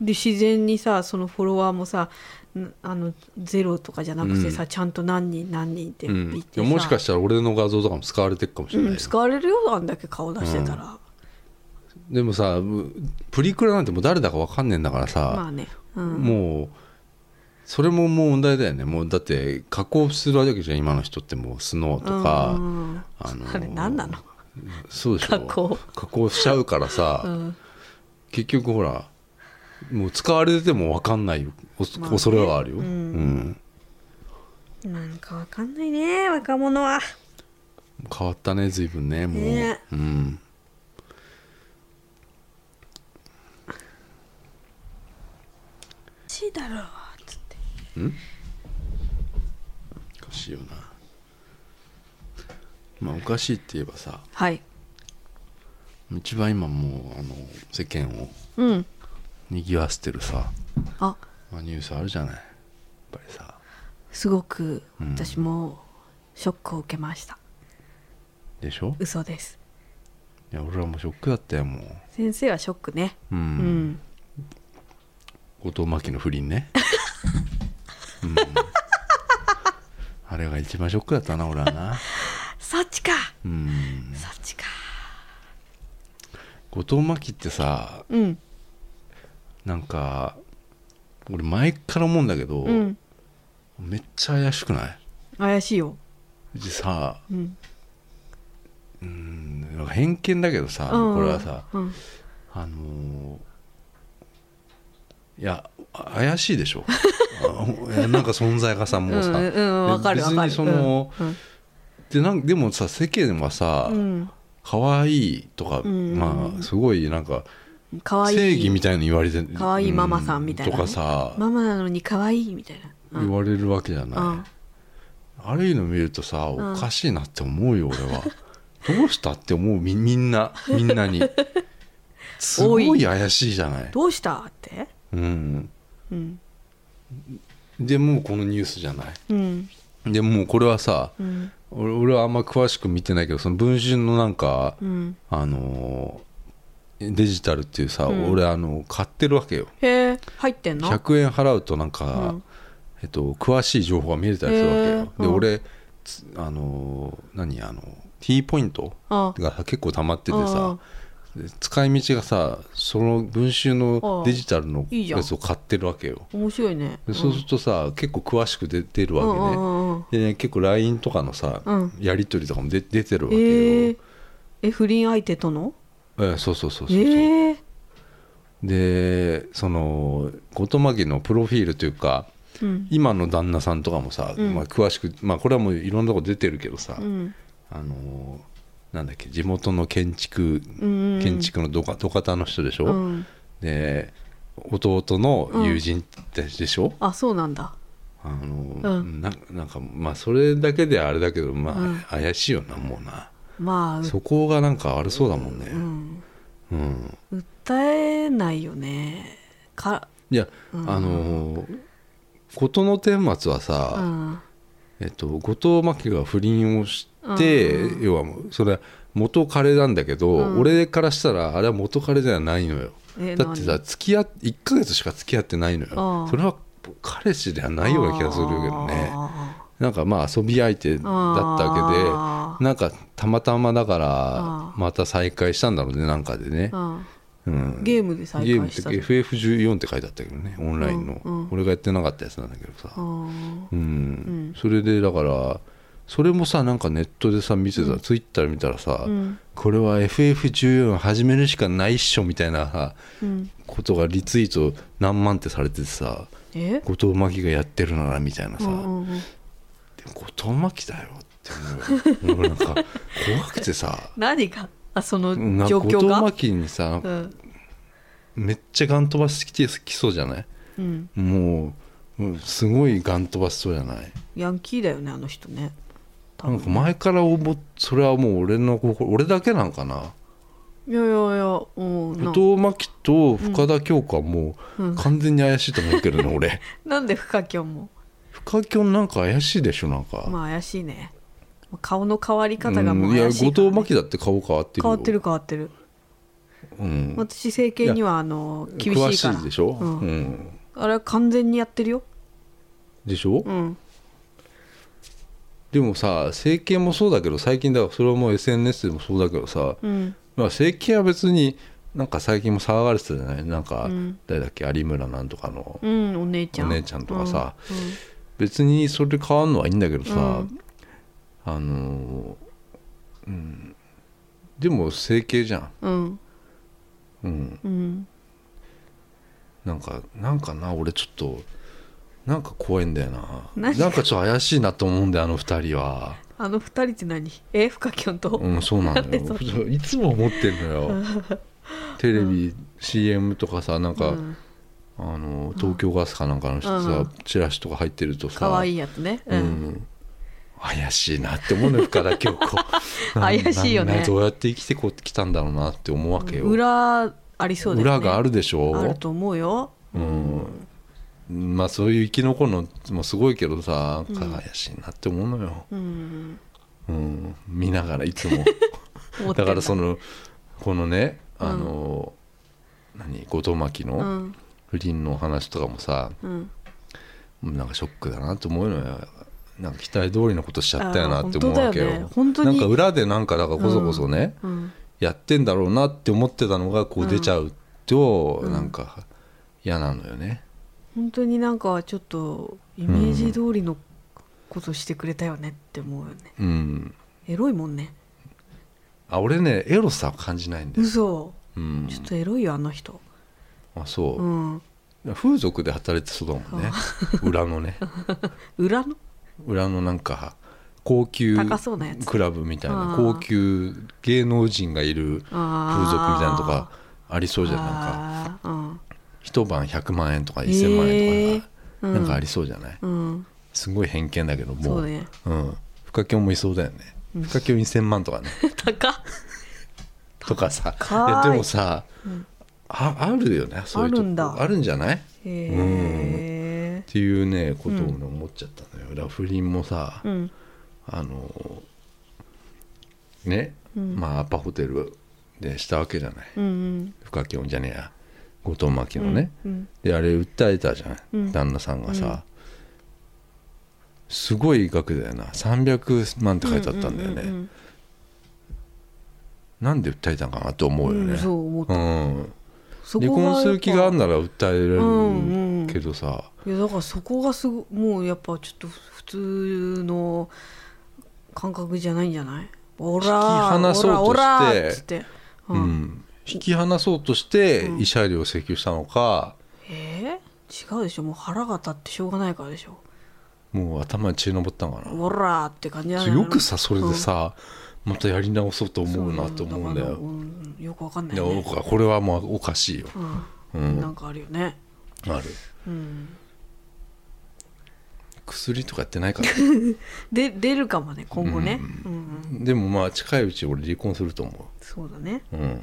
A: で自然にさそのフォロワーもさんあのゼロとかじゃなくてさ、ちゃんと何人何人って
B: う
A: 言っ
B: ん
A: て、さ、
B: でもしかしたら俺の画像とかも使われてるかもしれない
A: うん、
B: よ、
A: 使われるよあんだけ顔出してたら、
B: でもさうプリクラなんてもう誰だか分かんねえんだからさ、
A: まあね、うん、
B: もうそれももう問題だよねもうだって加工するわけじゃん今の人ってもうスノーとか、
A: うんうんうん
B: あの
A: あれ何なの
B: そうでし
A: 加
B: ょ
A: 工
B: 加工しちゃうからさ、
A: ん
B: 結局ほらもう使われてても分かんないおそ
A: まあね
B: 恐れはあるよ、
A: うん
B: うん
A: なんかわかんないね若者は
B: 変わったね随分ねもう、
A: ね
B: うん
A: おかしいだろうつって
B: おかしいよなまあおかしいって言えばさ
A: はい
B: 一番今もうあの世間を
A: うん
B: 賑わせてるさ、
A: あ
B: まあ、ニュースあるじゃないやっぱりさ
A: すごく私もショックを受けました、
B: でしょ
A: 嘘です
B: いや俺はもうショックだったよもう
A: 先生はショックね
B: うん、
A: うん、
B: 後藤真希の不倫ね、うんあれが一番ショックだったな俺はな
A: そっちか
B: うん
A: そっちか
B: 後藤真希ってさ
A: うん
B: なんか俺前から思うんだけど、
A: うん
B: めっちゃ怪しくない
A: 怪しいよ
B: でさ
A: うん
B: うんなんか偏見だけどさ、
A: うん
B: これはさ
A: うん
B: あのーいやあ怪しいでし ょあいやなんか存在がさもうさ、
A: うんうんわかるわかる
B: 別にその、
A: うん
B: でなんでもさ世間はさ、
A: うん
B: 可愛いとか、
A: うん
B: まあすごいなんか
A: 可愛い
B: 正義みたいの言われて
A: 可愛いママさんみたいなね
B: とかさ、
A: ママなのに可愛いみたいな、うん
B: 言われるわけじゃない、
A: うん
B: あれいうの見るとさ
A: ん
B: おかしいなって思うよ俺 はどうしたって思うみみんなみんなにすごい怪しいじゃない、
A: どうしたって
B: うん、
A: うん
B: でもうこのニュースじゃない
A: うん
B: でもうこれはさ
A: うん
B: 俺俺はあんま詳しく見てないけどその文春のなんか、
A: うん
B: あのーデジタルっていうさ、
A: うん
B: 俺あの買ってるわけよ
A: へえ入ってんの
B: 100円払うとなんか、
A: うん
B: えっと、詳しい情報が見れたりするわけよ、
A: へー
B: で
A: うん
B: 俺つあのー何あの T ポイント
A: あ
B: が結構溜まってて
A: うん
B: さで使い道がさその文集のデジタルの
A: いいじゃん
B: やつを買ってるわけよ
A: 面白いね
B: でそうするとさ、結構詳しく出てるわけね、
A: わ
B: でね結構 LINE とかのさ、
A: うん
B: やり取りとかも出出てるわけよ、
A: えー、え不倫相手との
B: えーそうそうそうそうそう、
A: えー、
B: でその後藤真希のプロフィールというか
A: うん
B: 今の旦那さんとかもさ、
A: うん
B: まあ、詳しく、まあ、これはもういろんなとこ出てるけどさ、
A: うん
B: あのーなんだっけ地元の建築
A: うん
B: 建築の土土方の人でしょ、
A: うん
B: で弟の友人でしょ、
A: あそうなんだ
B: あの、
A: う
B: ななんかまあそれだけであれだけどまあ、
A: うん
B: 怪しいよなもうな、
A: まあう
B: そこがなんか悪そうだもんね
A: うん、
B: うん、
A: 訴えないよねか
B: いや、あの事の顛末は
A: う
B: さ、
A: ん
B: えっと、後藤真希が不倫をして、要はもうそれは元彼なんだけど、
A: うん
B: 俺からしたらあれは元彼ではないのよ
A: え
B: だってさ
A: 何
B: 付き合っ1ヶ月しか付き合ってないの
A: あ
B: よ
A: あ
B: それは彼氏ではないような気がするけどね
A: あ
B: なんかまあ遊び相手
A: ー
B: だったわけで
A: あ
B: なんかたまたまだか
A: あ
B: らまた再会したんだろうねなんかでね
A: ー、あ
B: うん
A: ー、ゲームで再
B: ゲームっ
A: 会
B: て
A: した
B: FF14 って書いてあったけどねオンラインの、
A: うんうん
B: 俺がやってなかったやつなんだけどさ、
A: うん
B: うん
A: ん
B: それでだからそれもさなんかネットでさ見てた、ツイッター見たらさ、
A: うん
B: これは FF14 始めるしかないっしょみたいなさ
A: うん
B: ことがリツイート何万ってされててさ
A: え
B: 後藤真希がやってるならみたいな
A: う
B: さ、
A: んうんうん
B: で後藤真希だよって思うもう なんか怖くてさ
A: 何があその
B: なんか
A: 状
B: 後藤
A: 況
B: 真
A: が
B: 希にさ、
A: うん
B: めっちゃガン飛ばしてきてきそうじゃない
A: うん
B: もううんすごいガン飛ばしそうじゃない
A: ヤンキーだよねあの人ね多
B: なん
A: 分
B: か前から思っそれはもう俺の心俺だけなんかない
A: やいやいやうんな
B: 後藤真希と深田恭子はも
A: う
B: うん完全に怪しいと思うけど ね、俺
A: なんで深きょんも
B: 深きょんなんか怪しいでしょなんか、
A: まあ怪しいね顔の変わり方がも
B: うん
A: う
B: いや
A: 怪し
B: 後
A: いからね、
B: 藤真希だって顔変わってるよ
A: 変わってる変わってる
B: うん、
A: 私整形にはあの厳
B: 詳
A: しい
B: し
A: から
B: いでしょ、
A: う
B: うんん
A: あれは完全にやってるよ
B: でしょ、
A: うん
B: でもさ整形もそうだけど最近だからそれはもう SNS でもそうだけどさ、
A: うん
B: まあ、整形は別になんか最近も騒がれてたじゃないなんか、
A: うん
B: 誰だっけ有村なんとかの、
A: うんお姉ちゃん
B: お姉ちゃんとかさ
A: うんうん
B: 別にそれで変わんのはいいんだけどさ、
A: うん
B: あのーうんでも整形じゃん、
A: うん
B: うん、
A: うん
B: なんかなんかな俺ちょっとなんか怖いんだよな
A: 何
B: なんかちょっと怪しいなと思うんだよあの二人は、
A: あの二人って何え深きょんと、
B: うん、そうなんだよ
A: なんで
B: いつも思ってんの よテレビ、CM とかさなんか、
A: うん
B: あの東京ガスかなんかの人さ、
A: うん
B: チラシとか入ってるとさ
A: 可愛いやつね
B: う
A: うんん、
B: 怪しいなって思うのよ深田恭子
A: 怪しいよね
B: ななどうやって生きてこきたんだろうなって思うわけよ、
A: 裏ありそうだよね
B: 裏があるでしょ
A: あると思うよ
B: うんまあそういう生き残るのもすごいけどさなんか怪しいなって思うのよ、
A: うん
B: うん、見ながらいつも
A: 思って
B: だ
A: ん
B: からそのこのねあの、何後藤真希
A: う
B: の
A: ん
B: 不倫の話とかもさ、
A: うん
B: なんかショックだなと思うのよなんか期待通りのことしちゃったよなって思う
A: あー
B: わけよ
A: 本当だよね本当に
B: なんか裏でなんかだからこそこそね、
A: うん
B: やってんだろうなって思ってたのがこう出ちゃうと、なんか嫌なのよね
A: 本当になんかちょっとイメージ通りのことしてくれたよねって思うよね、
B: うん
A: エロいもんね
B: あ俺ねエロさは感じないんだよ、
A: 嘘
B: うん
A: ちょっとエロいよあの人
B: あそうう、
A: ん
B: 風俗で働いてそうだもんね裏のね
A: 裏の
B: 裏のなんか高級
A: 高そうなやつ
B: クラブみたいな
A: あー
B: 高級芸能人がいる風俗みたいなのとかありそうじゃんなんか
A: あーうん
B: 一晩100万円とか
A: え
B: 1000万円とか
A: う
B: なんか,、なんかありそうじゃない
A: うん
B: すごい偏見だけども
A: そうね
B: うん、深きょんもいそうだよね深きょん1000 万とかね
A: 高っ
B: とかさ
A: 高い
B: いやでもさ、ああるよねそういう
A: あ
B: とこ
A: るんだ
B: あるんじゃないっ
A: へえ
B: ていうねことをね思っちゃったのよ、ラフリンもさ、
A: うん
B: あのね、まあアパホテルでしたわけじゃない
A: うんうん
B: 深きょんじゃねえや後藤真希のね、
A: うん
B: であれ訴えたじゃん、
A: ん
B: 旦那さんがさ、すごい額だよな300万って書いてあったんだよね、
A: うん
B: なんで訴えたんかなと思うよ
A: うんう
B: ね
A: ん、そう思っ
B: う
A: た
B: ん、
A: そ
B: 離
A: こがやっぱ
B: 婚する気があるなら訴
A: うん
B: え
A: うん
B: られるけどさ、
A: いやだからそこがすごもうやっぱちょっと普通の感覚じゃないんじゃないオラ
B: 引き離そうとして
A: オラオラっつって、う
B: うんん引き離そうとして慰謝料請求したのか、
A: えー、違うでしょもう腹が立ってしょうがないからでしょ
B: もう頭に血のぼったんかな、
A: オラって感じじゃないの
B: よくさそれでさ、またやり直そうと思うなと思うんだ
A: そ
B: よ
A: ううんよくわかんない
B: いや
A: よ
B: 僕
A: ね、
B: はこれはもうおかしいよ、
A: うん
B: うん、
A: なんかあるよね
B: ある
A: うん
B: 薬とかやって ないから
A: で出るかもね今後ね、うんうん
B: でもまあ近いうち俺離婚すると思
A: そうだね
B: ううん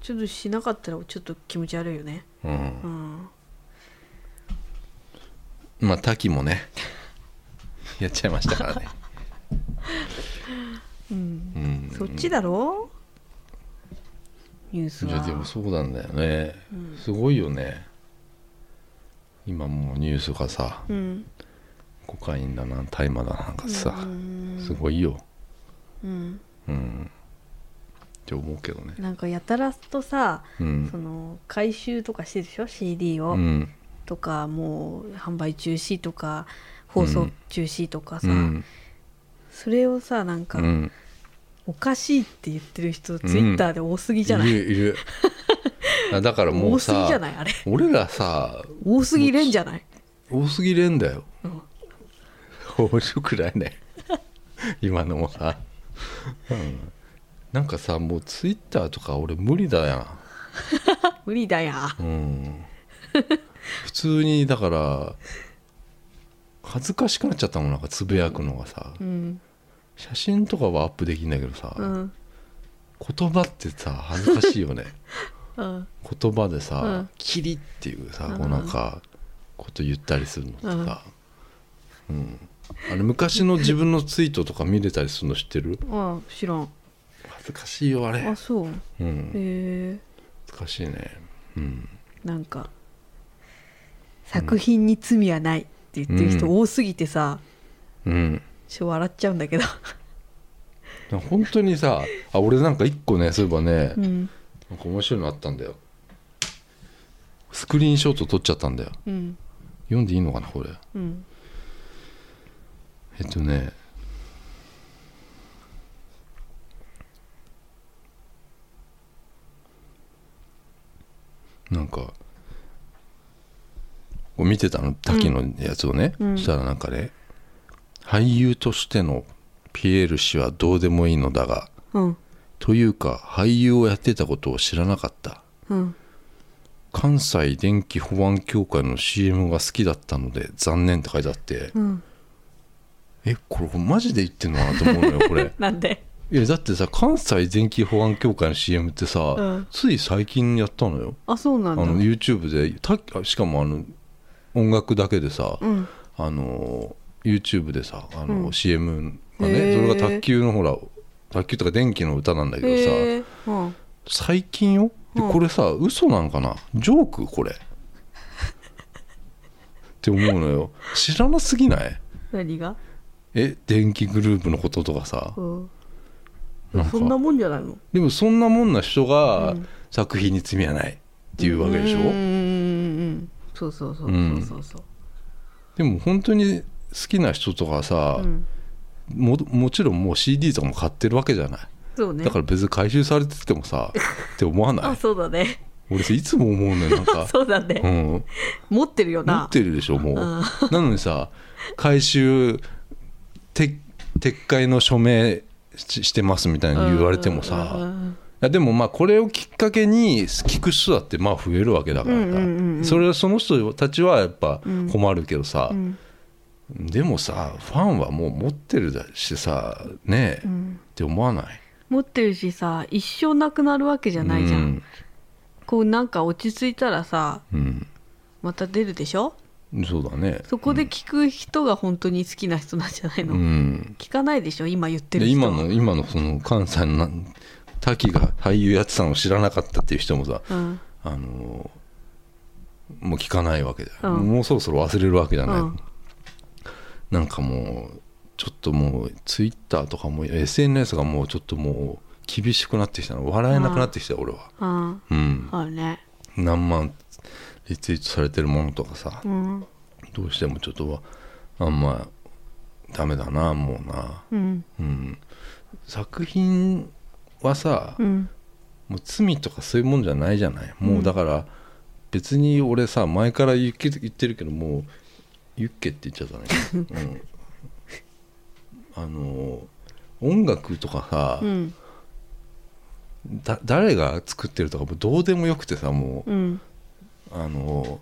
A: ちょっとしなかったらちょっと気持ち悪いよね
B: う
A: うんん
B: まあ滝もねやっちゃいましたから ねうん、
A: そっちだろニュース
B: いやでも
A: は
B: そうなんだよね、すごいよね今もうニュースがさ
A: うん
B: コカインだな大麻だなんかさ、
A: うん
B: すごいよ
A: うん
B: うんって思うけどね
A: なんかやたらとさ
B: うん
A: その回収とかしてるでしょ CD を、
B: うん
A: とかもう販売中止とか放送中止とかさ、
B: うん
A: それをさなんか、
B: うん
A: おかしいって言ってる人ツイッターで多すぎじゃない、
B: いるいるあだからも
A: 多
B: う
A: すぎじゃな
B: さ
A: いあれ
B: 俺らさ
A: 多すぎれんじゃない
B: 多すぎれんだよ
A: うん
B: 面白くないね今のもさ、うん、なんかさもうツイッターとか俺無理だや
A: 無理だや
B: ん、うん、普通にだから恥ずかしくなっちゃったもんなんかつぶやくのがさ
A: うん
B: 写真とかはアップできんだけどさ、
A: うん
B: 言葉ってさ恥ずかしいよね
A: うん
B: 言葉で
A: う
B: さ
A: ん
B: 「キリ」っていうさ
A: うん
B: こうなんかこと言ったりするのとか、うん、あれ昔の自分のツイートとか見れたりするの知ってる
A: あ知らん
B: 恥ずかしいよあれ
A: あそうへ
B: うん
A: え
B: 恥ずかしいねうん
A: なんか作品に罪はないって言ってる人多すぎてさ、
B: うん
A: ちょっと笑っちゃうんだけど
B: 本当にさあ俺なんか一個ねそういえばね、
A: うん
B: なんか面白いのあったんだよスクリーンショット撮っちゃったんだよ
A: うん
B: 読んでいいのかなこれ
A: うん
B: えっとねなんかこう見てたの滝のやつをね、
A: うん
B: そしたらなんかね俳優としてのピエール氏はどうでもいいのだが
A: うん
B: というか俳優をやってたことを知らなかった
A: うん
B: 関西電気保安協会の CM が好きだったので残念って書いてあって
A: うん
B: えこれマジで言ってんのかなと思うのよこれ
A: なんで
B: いやだってさ関西電気保安協会の CM ってさ、
A: うん
B: つい最近やったのよ
A: あそうな
B: あ
A: んだ
B: の YouTube でたしかもあの音楽だけでさ、
A: うん
B: あの YouTube でさあの、
A: うん
B: CM が
A: へ
B: ね
A: ー
B: それが卓球のほら卓球とか電気の歌なんだけど
A: へ
B: さ
A: えうん
B: 最近よで
A: うん
B: これさ嘘なんかなジョークこれって思うのよ知らなすぎない
A: 何が
B: え電気グループのこととかさ
A: うん
B: なんか
A: そんなもんじゃないの
B: でもそんなもんな人が
A: うん
B: 作品に罪はないっていうわけでしょ、
A: うんうんうんうんそうそうそうそうそうそう
B: でも本当に好きな人とかさ、
A: うん
B: ももちろんもう CD とかも買ってるわけじゃない、
A: そうね
B: だから別に回収されてて もさって思わな
A: あ
B: い
A: そうだね
B: 俺さいつも思うねなんか
A: そうだ
B: う
A: ね
B: ん、
A: 持ってるよ
B: 持
A: な
B: ってるでしょも
A: う
B: う
A: ん
B: なのにさ回収て撤回の署名ししてますみたいに言われてもさ、
A: うんう
B: い
A: ん
B: やでもまあこれをきっかけに聞く人だってまあ増えるわけだからさ、
A: うんうんうんうん
B: それはその人たちはやっぱ
A: うん
B: 困るけどさ、
A: うん
B: でもさファンはもう持ってるだしさねえ、
A: う
B: っ
A: ん
B: て思わない
A: 持ってるしさ一生なくなるわけじゃないじゃん、こうなんか落ち着いたらさ
B: うん、
A: また出るでしょ
B: うんそうだね
A: そこで聞く人が本当に好きな人なんじゃないの、
B: うん
A: 聞かないでしょ今言って
B: で
A: る人
B: 今
A: は
B: の今のその関西のな滝が俳優やってたのを知らなかったっていう人もさ
A: うん
B: あのーもう聞かないわけだよ、
A: うん
B: もうそろそろ忘れるわけじゃない、
A: うん
B: なんかもうちょっともうツイッターとかも SNS がもうちょっともう厳しくなってきたの笑えなくなってきたよ俺は
A: うん
B: うん
A: あるね
B: 何万リツイートされてるものとかさ
A: うん
B: どうしてもちょっとはあんまダメだなもうな
A: うん
B: うん作品はさ、
A: うん
B: もう罪とかそういうもんじゃないじゃないもうだから別に俺さ前からユッケ言ってるけどもうユッケって言っちゃった ね、うん、あの音楽とかさ、
A: うん
B: だ誰が作ってるとかもうどうでもよくてさもう
A: うん
B: あの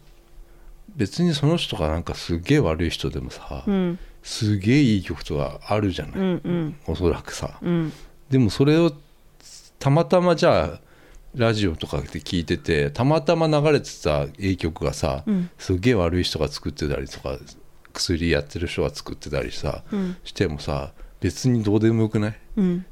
B: 別にその人がなんかすげえ悪い人でもさ、
A: うん
B: すげえいい曲とかあるじゃない、
A: うんうん
B: おそらくさ
A: うん
B: でもそれをたまたまじゃあラジオとかで聞いててたまたま流れてたい曲がさ、
A: うん
B: すげえ悪い人が作ってたりとか薬やってる人が作ってたりさ、
A: うん
B: してもさ別にどうでもよくないっ
A: うん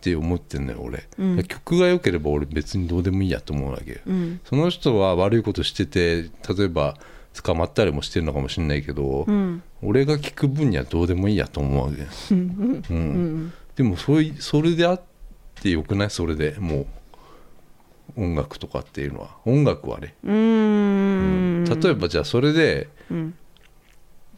B: て思ってんのよ俺、
A: うん
B: 曲が良ければ俺別にどうでもいいやと思うわけよ、
A: うん
B: その人は悪いことしてて例えば捕まったりもしてるのかもしれないけど、
A: うん
B: 俺が聞く分にはどうでもいいやと思うわけです、うんでもそういそれであってよくないそれでもう音楽とかっていうのは音楽はね、
A: うーん
B: 例えばじゃあそれで
A: うん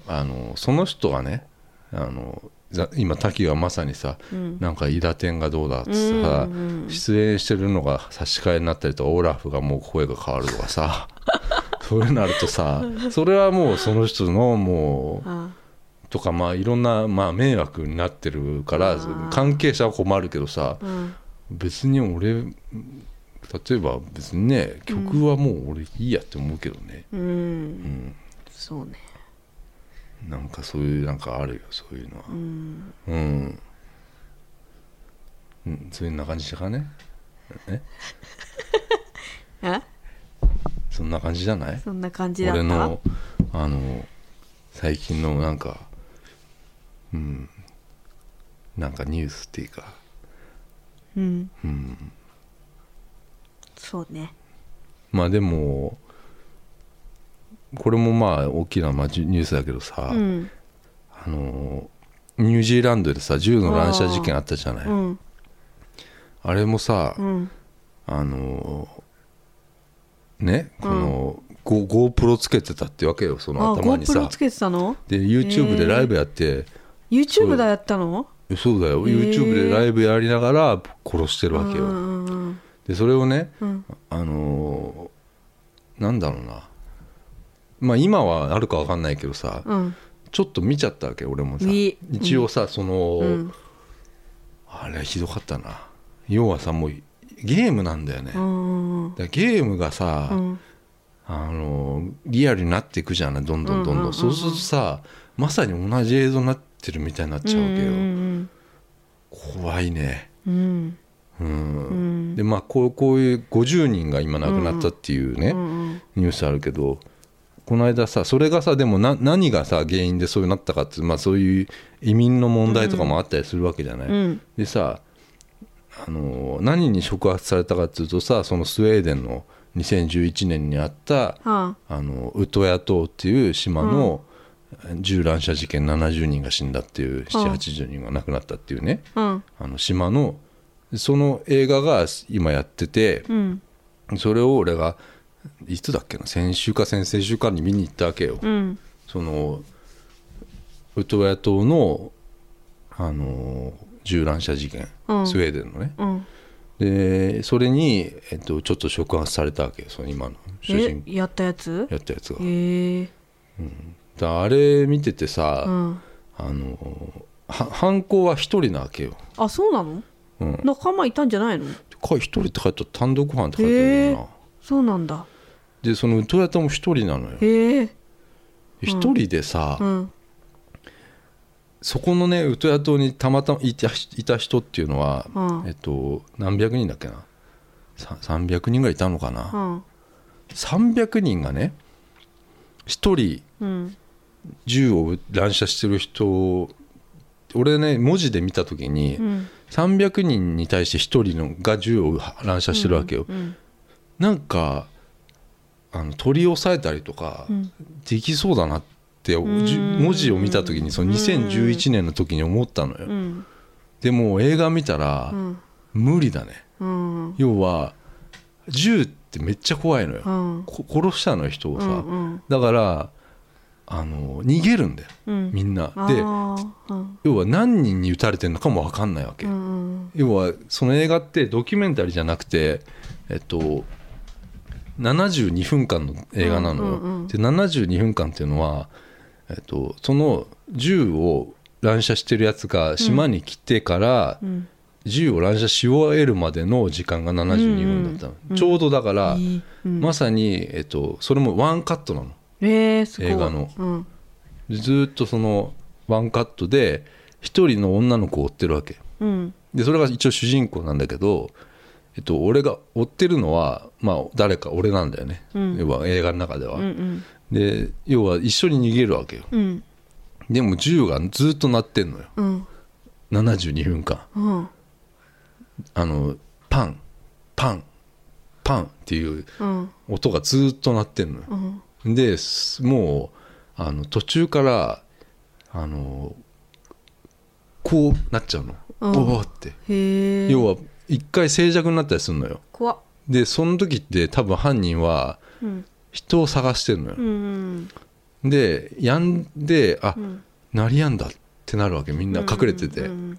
B: あのその人がねあのざ今滝がまさにさ、なんか「イダテンがどうだ」っつってさ、出演してるのが差し替えになったりとかオラフがもう声が変わるとかさ そうなるとさそれはもうその人のもう
A: あ
B: とかまあいろんな、まあ、迷惑になってるから
A: ー
B: 関係者は困るけどさ
A: うん
B: 別に俺例えば別にね曲はもう俺いいやって思うけどね、
A: うんそうね
B: なんかそういうなんかあるよそういうのは
A: うん
B: うん、うんそういうな感じかねえ
A: え
B: そんな感じじゃない
A: そんな感じだった
B: 俺のあの最近のなんかうんなんかニュースっていうか
A: うん
B: うん
A: そうね
B: まあでもこれもまあ大きなまあニュニュースだけどさ、
A: うん
B: あのニュージーランドでさ銃の乱射事件あったじゃない、
A: うん
B: あれもさ、
A: うん
B: あのねこの、ゴ GoPro つけてたってわけよそ
A: あ
B: の頭に
A: GoPro
B: さ
A: つけてたの
B: で YouTube でライブやって、
A: YouTube だやったの
B: そうだよ
A: へー
B: YouTube でライブやりながら殺してる
A: う
B: わ
A: ん
B: け
A: う
B: よ、
A: んうん
B: でそれをね、
A: うん
B: あのーなんだろうなまあ今はあるかわかんないけどさ、
A: うん
B: ちょっと見ちゃったわけ俺もさ
A: 見
B: 一応さその、
A: うん
B: あれひどかったな要はさもうゲームなんだよね、
A: う
B: だか
A: ん
B: らゲームがさ、
A: うん
B: あのリアルになっていくじゃないどんどんどんどん,、
A: うんうんうんうん
B: そうするとさまさに同じ映像になってるみたいになっちゃうわけよ、
A: うん
B: 怖いね
A: うんうん
B: うん、
A: うん
B: でまあこうこういう50人が今亡くなったっていうね、
A: うん
B: ニュースあるけどこの間さそれがさでもな何がさ原因でそうなったかって、まあ、そういう移民の問題とかもあったりするわけじゃない、
A: うん
B: でさあのー何に触発されたかっていうとさそのスウェーデンの2011年にあった
A: は
B: あのウトヤ島っていう島の銃乱射事件70人が死んだっていう
A: うん
B: 780人が亡くなったっていうね
A: あうん
B: あの島のその映画が今やってて
A: うん
B: それを俺がいつだっけな先週か先々週かに見に行ったわけよ。
A: うん
B: そのウトヤ島の、あの銃乱射事件、
A: うん
B: スウェーデンのね
A: うん
B: でそれに、えっと、ちょっと触発されたわけよその今の主
A: え
B: 人公
A: やったやつ
B: やったやつが。
A: へえ
B: だあれ見ててさ、
A: うん
B: あのは犯行は一人なわけよ。
A: あそうなの
B: うん、か
A: 仲間いたんじゃないの
B: 一人って書いてあった単独犯って書いてあるよな。
A: そうなんだ
B: でそのウトヤ島も一人なのよ。
A: へえ
B: 一人でさ、
A: うん
B: そこのねウトヤ島にたまたまいたいた人っていうのは、
A: うん
B: えっと何百人だっけなさ300人ぐらいいたのかな、
A: うん
B: 300人がね一人
A: うん
B: 銃を乱射してる人を俺ね文字で見た時に、
A: うん
B: 300人に対して一人のが銃を乱射してるわけよ、
A: うん
B: なんかあの取り押さえたりとか
A: うん
B: できそうだなって、じゅ
A: うん
B: 文字を見た時にその2011年の時に思ったのよ、
A: うん
B: でも映画見たら
A: うん
B: 無理だね、
A: うん
B: 要は銃ってめっちゃ怖いのよ、
A: うん
B: こ殺したのよ人をさ、
A: うん
B: だからあの逃げるんだよ
A: うん
B: みんな、
A: あ
B: で
A: ーうん
B: 要は何人に撃たれてるのかも分かんないわけ、
A: うん
B: 要はその映画ってドキュメンタリーじゃなくてえっと72分間の映画なのよ、
A: うんうんうん
B: で72分間っていうのは、えっと、その銃を乱射してるやつが島に来てから、
A: うん
B: 銃を乱射し終えるまでの時間が72分だったの、
A: うん
B: ちょうどだから、
A: いいうん
B: まさに、えっと、それもワンカットなの
A: えー、すごい
B: 映画の
A: うん、
B: でずーっとそのワンカットで一人の女の子を追ってるわけ
A: うん、
B: でそれが一応主人公なんだけど、えっと、俺が追ってるのは、まあ、誰か俺なんだよね、
A: うん
B: 要は映画の中では、
A: うんうん
B: で要は一緒に逃げるわけよ
A: うん
B: でも銃がずっと鳴ってんのよ
A: うん
B: 72分間
A: うん
B: あのパンパンパンっていう
A: うん
B: 音がずっと鳴ってんのよ
A: うん
B: ですもうあの途中からあのこうなっちゃうの、
A: うん
B: おおって
A: へえ
B: 要は一回静寂になったりするのよ
A: 怖っ
B: でその時って多分犯人は
A: うん
B: 人を探してるのよ
A: う、ん
B: でやんであ、
A: うん
B: 鳴りやんだってなるわけみんな隠れてて、
A: うん